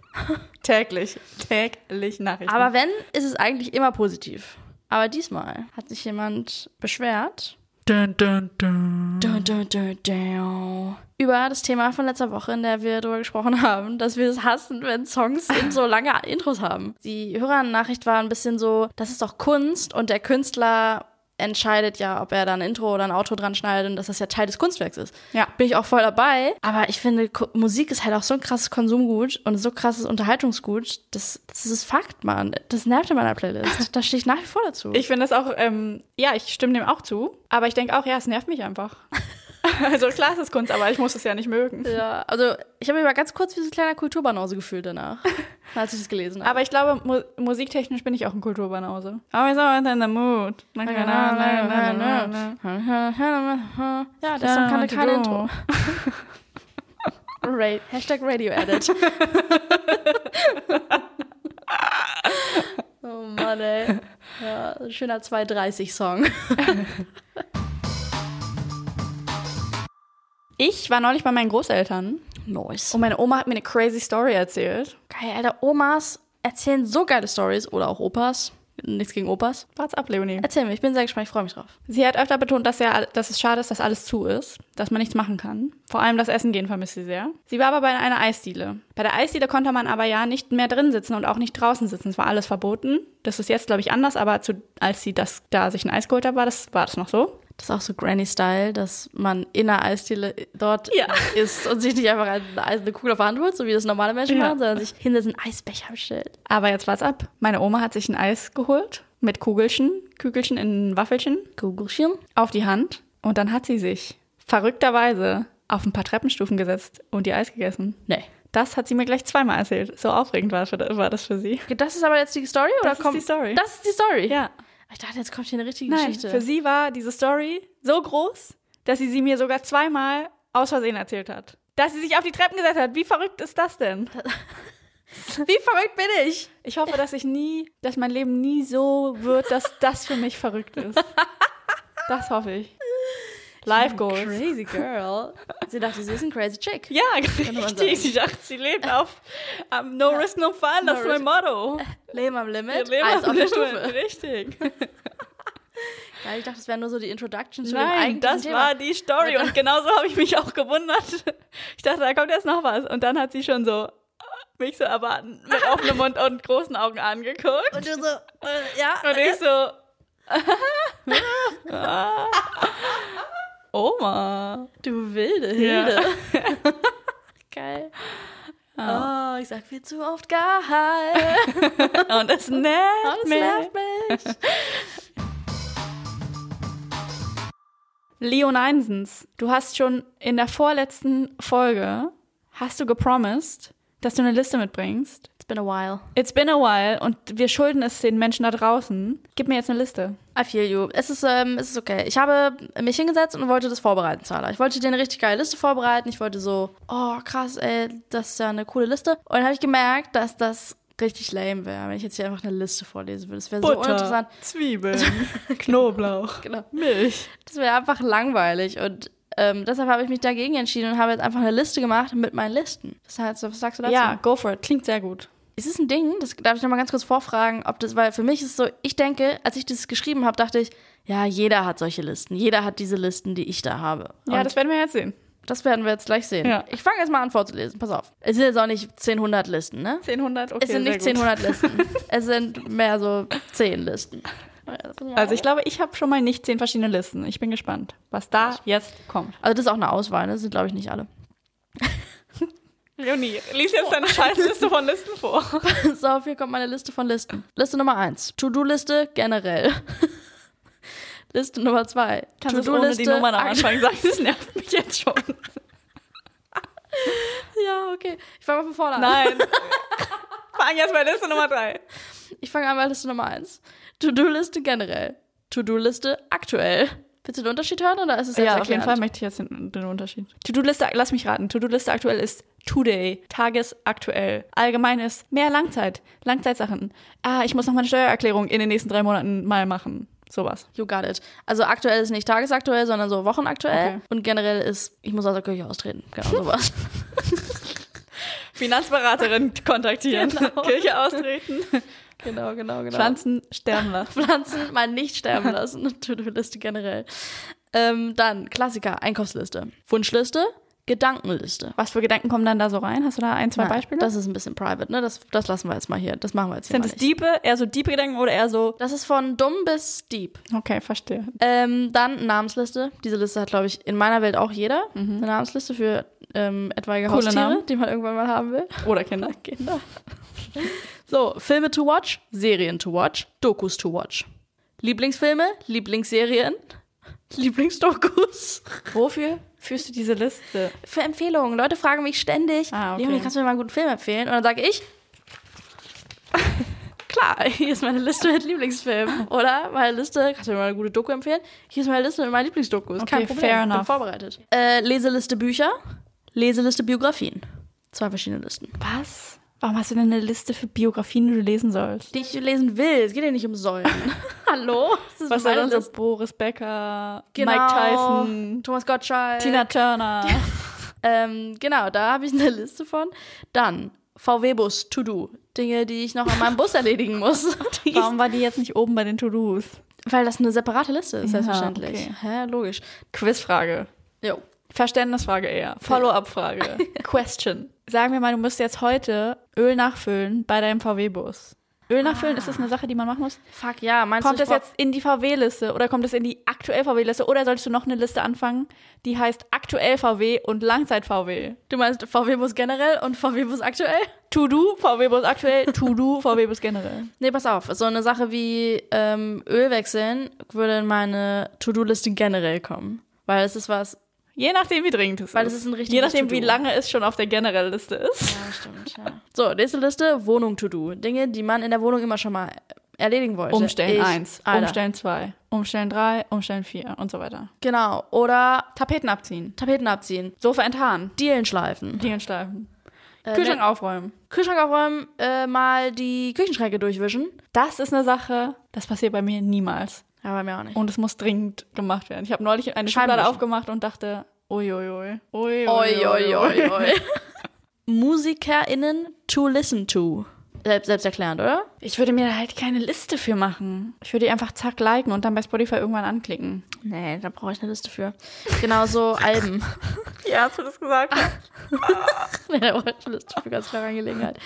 Täglich, täglich Nachrichten. Aber wenn, ist es eigentlich immer positiv. Aber diesmal hat sich jemand beschwert. Dun, dun, dun, dun. Über das Thema von letzter Woche, in der wir darüber gesprochen haben, dass wir es hassen, wenn Songs in so lange Intros haben. Die Hörernachricht war ein bisschen so, das ist doch Kunst und der Künstler entscheidet ja, ob er da ein Intro oder ein Outro dran schneidet und dass das ja Teil des Kunstwerks ist. Ja. Bin ich auch voll dabei. Aber ich finde, Ku- Musik ist halt auch so ein krasses Konsumgut und so krasses Unterhaltungsgut. Das, das ist Fakt, Mann. Das nervt in meiner Playlist. Da stehe ich nach wie vor dazu. Ich finde das auch, ähm, ja, ich stimme dem auch zu. Aber ich denke auch, ja, es nervt mich einfach. also klar, es ist Kunst, aber ich muss es ja nicht mögen. ja, also ich habe mich mal ganz kurz wie so ein kleiner Kulturbanause gefühlt danach, als ich das gelesen habe. Aber ich glaube, mu musiktechnisch bin ich auch ein Kulturbanause. Always always in the mood. Na, na, na, na, na, na, na. Ja, das Song kannte kein Intro. Ra Hashtag Radio Edit. oh Mann, ey. Ja, schöner 230-Song. Ich war neulich bei meinen Großeltern Nice. und meine Oma hat mir eine crazy Story erzählt. Geil, Alter. Omas erzählen so geile Stories oder auch Opas. Nichts gegen Opas. Wart's ab, Leonie. Erzähl mir, ich bin sehr gespannt, ich freue mich drauf. Sie hat öfter betont, dass, ja, all- dass es schade ist, dass alles zu ist, dass man nichts machen kann. Vor allem das Essen gehen vermisst sie sehr. Sie war aber bei einer Eisdiele. Bei der Eisdiele konnte man aber ja nicht mehr drin sitzen und auch nicht draußen sitzen. Es war alles verboten. Das ist jetzt, glaube ich, anders, aber zu, als sie das, da sich ein Eis geholt hat, war das, war das noch so. Das ist auch so Granny-Style, dass man in einer Eisdiele dort Ja. ist und sich nicht einfach eine, Eis- eine Kugel auf der Hand holt, so wie das normale Menschen Ja. machen, sondern sich hinter so einen Eisbecher bestellt. Aber jetzt war's ab. Meine Oma hat sich ein Eis geholt mit Kugelchen, Kügelchen in Waffelchen Kugelchen. auf die Hand und dann hat sie sich verrückterweise auf ein paar Treppenstufen gesetzt und ihr Eis gegessen. Nee. Das hat sie mir gleich zweimal erzählt. So aufregend war, für, war das für sie. Okay, Das ist aber jetzt die Story? oder ist kommt, die Story. Das ist die Story? Ja. Ich dachte, jetzt kommt hier eine richtige Nein, Geschichte. für sie war diese Story so groß, dass sie sie mir sogar zweimal aus Versehen erzählt hat. Dass sie sich auf die Treppen gesetzt hat. Wie verrückt ist das denn? Wie verrückt bin ich? Ich hoffe, dass ich nie, dass mein Leben nie so wird, dass das für mich verrückt ist. Das hoffe ich. Life Goals. Crazy girl. Sie dachte, sie ist ein crazy chick. Ja, man sagen. richtig. Sie dachte, sie lebt auf um, No Risk, No Fun. Das ist No mein Motto. Leben am Limit, Wir leben Eis am auf der Limit. Stufe. Richtig. Weil ich dachte, das wäre nur so die Introduction zu dem Nein, eigentlichen das Thema. war die Story Ja, und genauso habe ich mich auch gewundert. Ich dachte, da kommt jetzt noch was. Und dann hat sie schon so äh, mich so erwarten, mit offenem Mund und großen Augen angeguckt. Und du so, äh, ja. Und ich so. Oma. Du wilde Ja. Hilde. Geil. Oh, ich sag viel zu oft geil. Und es nervt Das mich. nervt mich. Leon Einsens, du hast schon in der vorletzten Folge, hast du gepromised, dass du eine Liste mitbringst. It's been a while. It's been a while und wir schulden es den Menschen da draußen. Gib mir jetzt eine Liste. I feel you. Es ist, ähm, es ist okay. Ich habe mich hingesetzt und wollte das vorbereiten, Zahler. Ich wollte dir eine richtig geile Liste vorbereiten. Ich wollte so, oh krass, ey, das ist ja eine coole Liste. Und dann habe ich gemerkt, dass das richtig lame wäre, wenn ich jetzt hier einfach eine Liste vorlesen würde. Das wäre so uninteressant. Zwiebeln, Knoblauch, Genau. Milch. Das wäre einfach langweilig und ähm, deshalb habe ich mich dagegen entschieden und habe jetzt einfach eine Liste gemacht mit meinen Listen. Das heißt, was sagst du dazu? Ja, go for it. Klingt sehr gut. Ist es ein Ding? Das darf ich nochmal ganz kurz vorfragen, ob das, weil für mich ist es so, ich denke, als ich das geschrieben habe, dachte ich, ja, jeder hat solche Listen. Jeder hat diese Listen, die ich da habe. Ja, Und das werden wir jetzt sehen. das werden wir jetzt gleich sehen. Ja. Ich fange jetzt mal an vorzulesen. Pass auf. Es sind jetzt auch nicht 1000 Listen, ne? 1000, okay. es sind nicht sehr gut. 1000 Listen. es sind mehr so 10 Listen. Also ich glaube, ich habe schon mal nicht 10 verschiedene Listen. Ich bin gespannt, was da jetzt kommt. Also das ist auch eine Auswahl, ne? das sind glaube ich nicht alle. Leonie, lies jetzt deine Scheißliste von Listen vor. So, hier kommt meine Liste von Listen. Liste Nummer 1, To-Do-Liste generell. Liste Nummer 2, Kannst du ohne die Nummern am Anfang sagen? Das nervt mich jetzt schon. Ja, okay. Ich fange mal von vorne an. Nein. Fang jetzt bei Liste Nummer 3. Ich fange an bei Liste Nummer 1. To-Do-Liste generell. To-Do-Liste aktuell. Willst du den Unterschied hören oder ist es jetzt Ja, auf jeden Fall möchte ich jetzt den, den Unterschied. To-Do-Liste, lass mich raten. To-Do-Liste aktuell ist Today, tagesaktuell. Allgemein ist mehr Langzeit, Langzeitsachen. Ah, ich muss noch meine Steuererklärung in den nächsten drei Monaten mal machen. Sowas. You got it. Also aktuell ist nicht tagesaktuell, sondern so wochenaktuell. Okay. Und generell ist, ich muss aus der Kirche austreten. Genau sowas. Finanzberaterin kontaktieren, Kirche austreten, genau, genau, genau. Pflanzen sterben lassen. Pflanzen mal nicht sterben lassen. To-Do-Liste generell. Ähm, dann Klassiker, Einkaufsliste. Wunschliste, Gedankenliste. Was für Gedanken kommen dann da so rein? Hast du da ein, zwei Nein, Beispiele? Das ist ein bisschen private, ne? Das, das lassen wir jetzt mal hier. Das machen wir jetzt hier Sind mal es nicht. Diebe, eher so Diebe-Gedanken oder eher so... Das ist von dumm bis deep. Okay, verstehe. Ähm, dann Namensliste. Diese Liste hat, glaube ich, in meiner Welt auch jeder. Eine Namensliste für ähm, etwaige Coole Haustiere, Namen. die man irgendwann mal haben will. Oder Kinder. Kinder. so, Filme to watch, Serien to watch, Dokus to watch. Lieblingsfilme, Lieblingsserien, Lieblingsdokus. Wofür führst du diese Liste? Für Empfehlungen. Leute fragen mich ständig, Ah, okay. Leonie, kannst du mir mal einen guten Film empfehlen? Und dann sage ich, klar, hier ist meine Liste mit Lieblingsfilmen. Oder meine Liste, kannst du mir mal eine gute Doku empfehlen? Hier ist meine Liste mit meinen Lieblingsdokus. Okay, Kein Problem, fair bin enough. vorbereitet. Äh, Leseliste Bücher, Leseliste Biografien. Zwei verschiedene Listen. Was? Warum hast du denn eine Liste für Biografien, die du lesen sollst? Die ich lesen will. Es geht ja nicht um Säulen. Hallo? Das ist Was meine soll denn so Liste. Boris Becker, Genau. Äh, Mike Tyson, Thomas Gottschalk. Tina Turner? Ähm, genau, da habe ich eine Liste von. Dann VW-Bus, To-Do. Dinge, die ich noch an meinem Bus erledigen muss. Die ich, Warum war die jetzt nicht oben bei den To-Dos? weil das eine separate Liste ist, Ja, selbstverständlich. okay. Hä, logisch. Quizfrage. Jo. Verständnisfrage eher. Follow-up-Frage. Question. Sagen wir mal, du musst jetzt heute Öl nachfüllen bei deinem VW-Bus. Öl nachfüllen, ist das eine Sache, die man machen muss? Fuck, ja, meinst Kommt du, das Ah. ich brauch- jetzt in die VW-Liste oder kommt das in die aktuell VW-Liste oder solltest du noch eine Liste anfangen, die heißt aktuell VW und Langzeit VW? Du meinst VW-Bus generell und VW-Bus aktuell? To-Do, VW-Bus aktuell, To-Do, VW-Bus generell. Nee, pass auf. So eine Sache wie ähm, Öl wechseln würde in meine To-Do-Liste generell kommen. Weil es ist was, Je nachdem, wie dringend es Weil ist. es ist ein richtiges Je nachdem, wie To-Do. lange es schon auf der Generelliste ist. Ja, stimmt, ja. So, nächste Liste, Wohnung to do. Dinge, die man in der Wohnung immer schon mal erledigen wollte. Umstellen Ich- 1, Alter. Umstellen 2, Umstellen 3, Umstellen 4 und so weiter. Genau. Oder Tapeten abziehen, Tapeten abziehen, Sofa enthaaren, Dielen schleifen, Dielen schleifen, äh, Kühlschrank ne- aufräumen. Kühlschrank aufräumen, äh, mal die Küchenschränke durchwischen. Das ist eine Sache, das passiert bei mir niemals. Ja, bei mir auch nicht. Und es muss dringend gemacht werden. Ich habe neulich eine Scheiben Schublade wischen. aufgemacht und dachte, uiuiui. Uiuiui. Oi, oi, oi, oi. MusikerInnen to listen to. Selbst, selbsterklärend, oder? Ich würde mir da halt keine Liste für machen. Ich würde die einfach zack liken und dann bei Spotify irgendwann anklicken. Nee, da brauche ich eine Liste für. Genauso Alben. Ja, hast du das gesagt? nee, da brauche ich eine Liste für ganz klare Angelegenheit.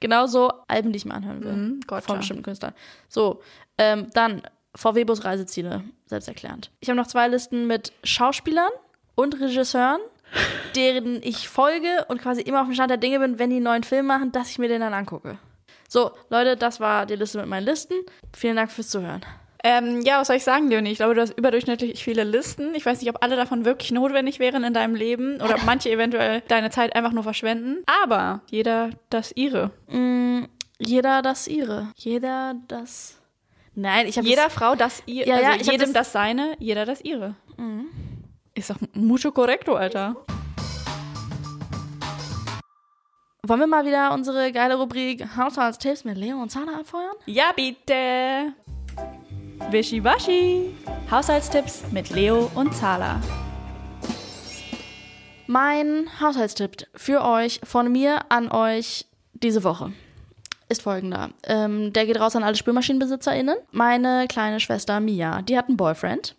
Genauso Alben, die ich mir anhören will. Mhm, von gotcha. bestimmten Künstlern. So, ähm, dann VW-Bus Reiseziele, selbsterklärend. Ich habe noch zwei Listen mit Schauspielern und Regisseuren, deren ich folge und quasi immer auf dem Stand der Dinge bin, wenn die einen neuen Film machen, dass ich mir den dann angucke. So, Leute, das war die Liste mit meinen Listen. Vielen Dank fürs Zuhören. Ähm, ja, was soll ich sagen, Leonie? Ich glaube, du hast überdurchschnittlich viele Listen. Ich weiß nicht, ob alle davon wirklich notwendig wären in deinem Leben oder ob manche eventuell deine Zeit einfach nur verschwenden. Aber jeder das ihre. Mm, jeder das ihre. Jeder das. Nein, ich habe Jeder Frau das ihre. Ja, also ja, ich hab jedem das- Mhm. das, seine, jeder das ihre. Ist doch mucho correcto, Alter. Wollen wir mal wieder unsere geile Rubrik Haushaltstipps mit Leo und Sana abfeuern? Ja, bitte. Wischiwaschi. Haushaltstipps mit Leo und Zala. Mein Haushaltstipp für euch von mir an euch diese Woche ist folgender. Ähm, der geht raus an alle SpülmaschinenbesitzerInnen. Meine kleine Schwester Mia, die hat einen Boyfriend.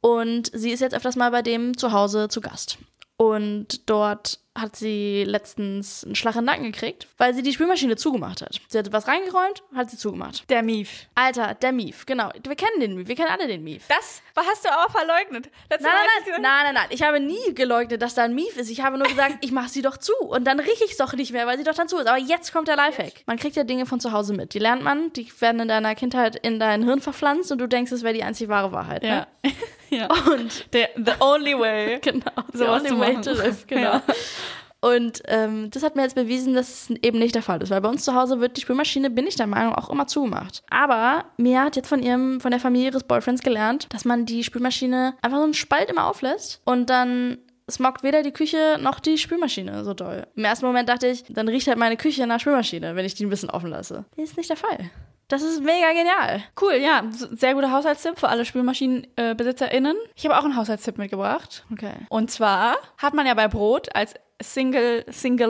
Und sie ist jetzt öfters mal bei dem zu Hause zu Gast. Und dort hat sie letztens einen Schlag in den Nacken gekriegt, weil sie die Spülmaschine zugemacht hat. Sie hat was reingeräumt, hat sie zugemacht. Der Mief. Alter, der Mief, genau. Wir kennen den Mief, wir kennen alle den Mief. Das hast du aber verleugnet. Letztes Nein, Mal hast du nein, nein, gesagt- nein, nein, nein. Ich habe nie geleugnet, dass da ein Mief ist. Ich habe nur gesagt, ich mache sie doch zu. Und dann rieche ich es doch nicht mehr, weil sie doch dann zu ist. Aber jetzt kommt der Lifehack. Man kriegt ja Dinge von zu Hause mit. Die lernt man, die werden in deiner Kindheit in dein Hirn verpflanzt und du denkst, es wäre die einzig wahre Wahrheit. Ne? Ja. ja. Und der, the only way. Genau. So Sowas was zu way machen. to live, genau. Ja. Und ähm, das hat mir jetzt bewiesen, dass es eben nicht der Fall ist, weil bei uns zu Hause wird die Spülmaschine, bin ich der Meinung, auch immer zugemacht. Aber Mia hat jetzt von ihrem, von der Familie ihres Boyfriends gelernt, dass man die Spülmaschine einfach so einen Spalt immer auflässt und dann smoggt weder die Küche noch die Spülmaschine so doll. Im ersten Moment dachte ich, dann riecht halt meine Küche nach Spülmaschine, wenn ich die ein bisschen offen lasse. Ist nicht der Fall. Das ist mega genial. Cool, ja. S- Sehr guter Haushaltstipp für alle SpülmaschinenbesitzerInnen. Äh, BesitzerInnen. ich habe auch einen Haushaltstipp mitgebracht. Okay. Und zwar hat man ja bei Brot als Single,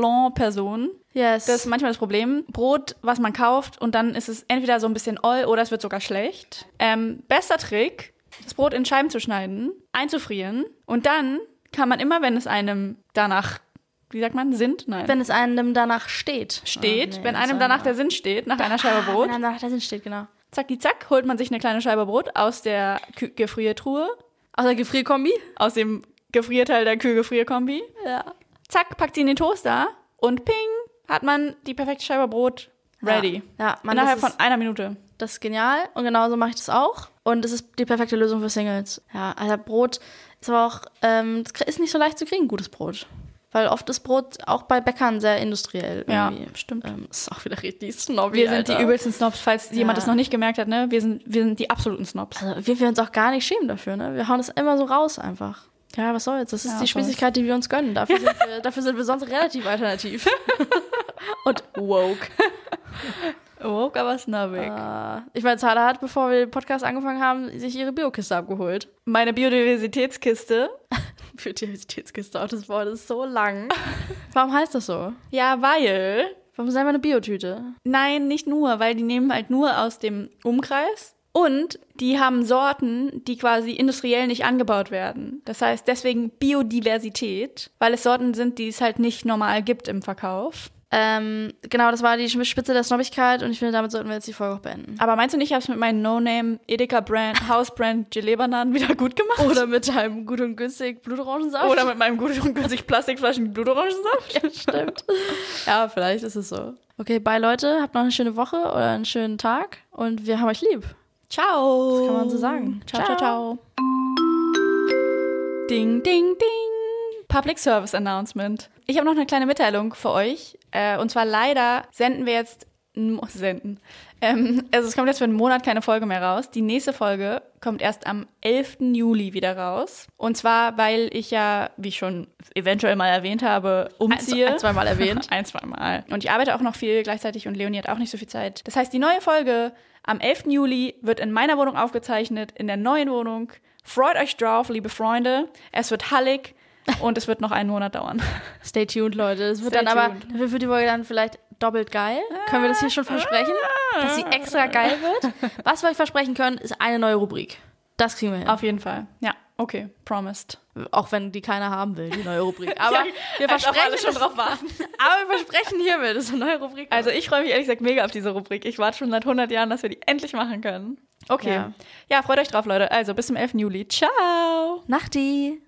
Singalon-Person Yes. das ist manchmal das Problem. Brot, was man kauft und dann ist es entweder so ein bisschen oll oder es wird sogar schlecht. Ähm, bester Trick, das Brot in Scheiben zu schneiden, einzufrieren und dann kann man immer, wenn es einem danach, wie sagt man, sind, nein, wenn es einem danach steht. steht, Ah, nee, wenn das einem war danach mir- der Sinn steht, nach einer Scheibe Wenn Brot, einem danach der Sinn steht, genau. zacki zack, holt man sich eine kleine Scheibe Brot aus der Kü- Gefriertruhe, Aus der Gefrierkombi? aus dem Gefrierteil der Kühlgefrierkombi. Ja. Zack, packt sie in den Toaster und ping, hat man die perfekte Scheibe Brot ready. Ja, man, Innerhalb das, von ist, einer Minute. das ist genial und genauso mache ich das auch. Und es ist die perfekte Lösung für Singles. Ja, also Brot ist aber auch, ähm, das ist nicht so leicht zu kriegen, gutes Brot. Weil oft ist Brot auch bei Bäckern sehr industriell. Ja, irgendwie. stimmt. Ähm, ist auch wieder richtig snobby. Wir sind Alter. die übelsten Snobs, falls jemand Ja. das noch nicht gemerkt hat, ne? Wir sind, wir sind die absoluten Snobs. Also, wir, wir uns auch gar nicht schämen dafür, ne? Wir hauen es immer so raus einfach. Ja, was soll's? Das ist Ja, die was soll's. Spießigkeit, die wir uns gönnen. Dafür sind wir, dafür sind wir sonst relativ alternativ. und woke. Woke, aber snobbig. Äh, ich meine, Zahler hat, bevor wir den Podcast angefangen haben, sich ihre Biokiste abgeholt. Meine Biodiversitätskiste. Biodiversitätskiste, auch Oh, das Wort ist so lang. Warum heißt das so? Ja, weil. Warum ist einfach eine Biotüte? Nein, nicht nur, weil die nehmen halt nur aus dem Umkreis. Und die haben Sorten, die quasi industriell nicht angebaut werden. Das heißt deswegen Biodiversität, weil es Sorten sind, die es halt nicht normal gibt im Verkauf. Ähm, genau, das war die Spitze der Snobbigkeit und ich finde, damit sollten wir jetzt die Folge auch beenden. Aber meinst du nicht, ich habe es mit meinen No-Name, Edeka-Brand, House-Brand, Gelee-Bananen wieder gut gemacht? Oder mit einem gut und günstig Blutorangensaft. Oder mit meinem gut und günstig Plastikflaschen Blutorangensaft? ja, stimmt. ja, vielleicht ist es so. Okay, bye Leute, habt noch eine schöne Woche oder einen schönen Tag und wir haben euch lieb. Ciao. Das kann man so sagen. Ciao, ciao, Ciao. ciao. Ding, ding, ding. Public Service Announcement. Ich habe noch eine kleine Mitteilung für euch. Äh, und zwar leider senden wir jetzt n- senden. Ähm, also es kommt jetzt für einen Monat keine Folge mehr raus. Die nächste Folge kommt erst am 11. Juli wieder raus. Und zwar, weil ich ja, wie ich schon eventuell mal erwähnt habe, umziehe. Ein- ein- zweimal erwähnt. ein, zweimal. Und ich arbeite auch noch viel gleichzeitig und Leonie hat auch nicht so viel Zeit. Das heißt, die neue Folge am 11. Juli wird in meiner Wohnung aufgezeichnet, in der neuen Wohnung. Freut euch drauf, liebe Freunde. Es wird hallig und es wird noch einen Monat dauern. Stay tuned, Leute. Es wird Stay dann aber, tuned. dafür wird die Folge dann vielleicht doppelt geil. Können wir das hier schon versprechen? Ah. Dass sie extra geil wird? Was wir euch versprechen können, ist eine neue Rubrik. Das kriegen wir hin. Auf jeden Fall. Ja, okay. Promised. auch wenn die keiner haben will, die neue Rubrik. Aber wir Als ob versprechen alle schon drauf warten. Aber wir versprechen hiermit, dass eine neue Rubrik. Also ich freue mich ehrlich gesagt mega auf diese Rubrik. Ich warte schon seit 100 Jahren, dass wir die endlich machen können. Okay. Ja. ja freut euch drauf, Leute. Also bis zum 11. Juli. Ciao. Nachti.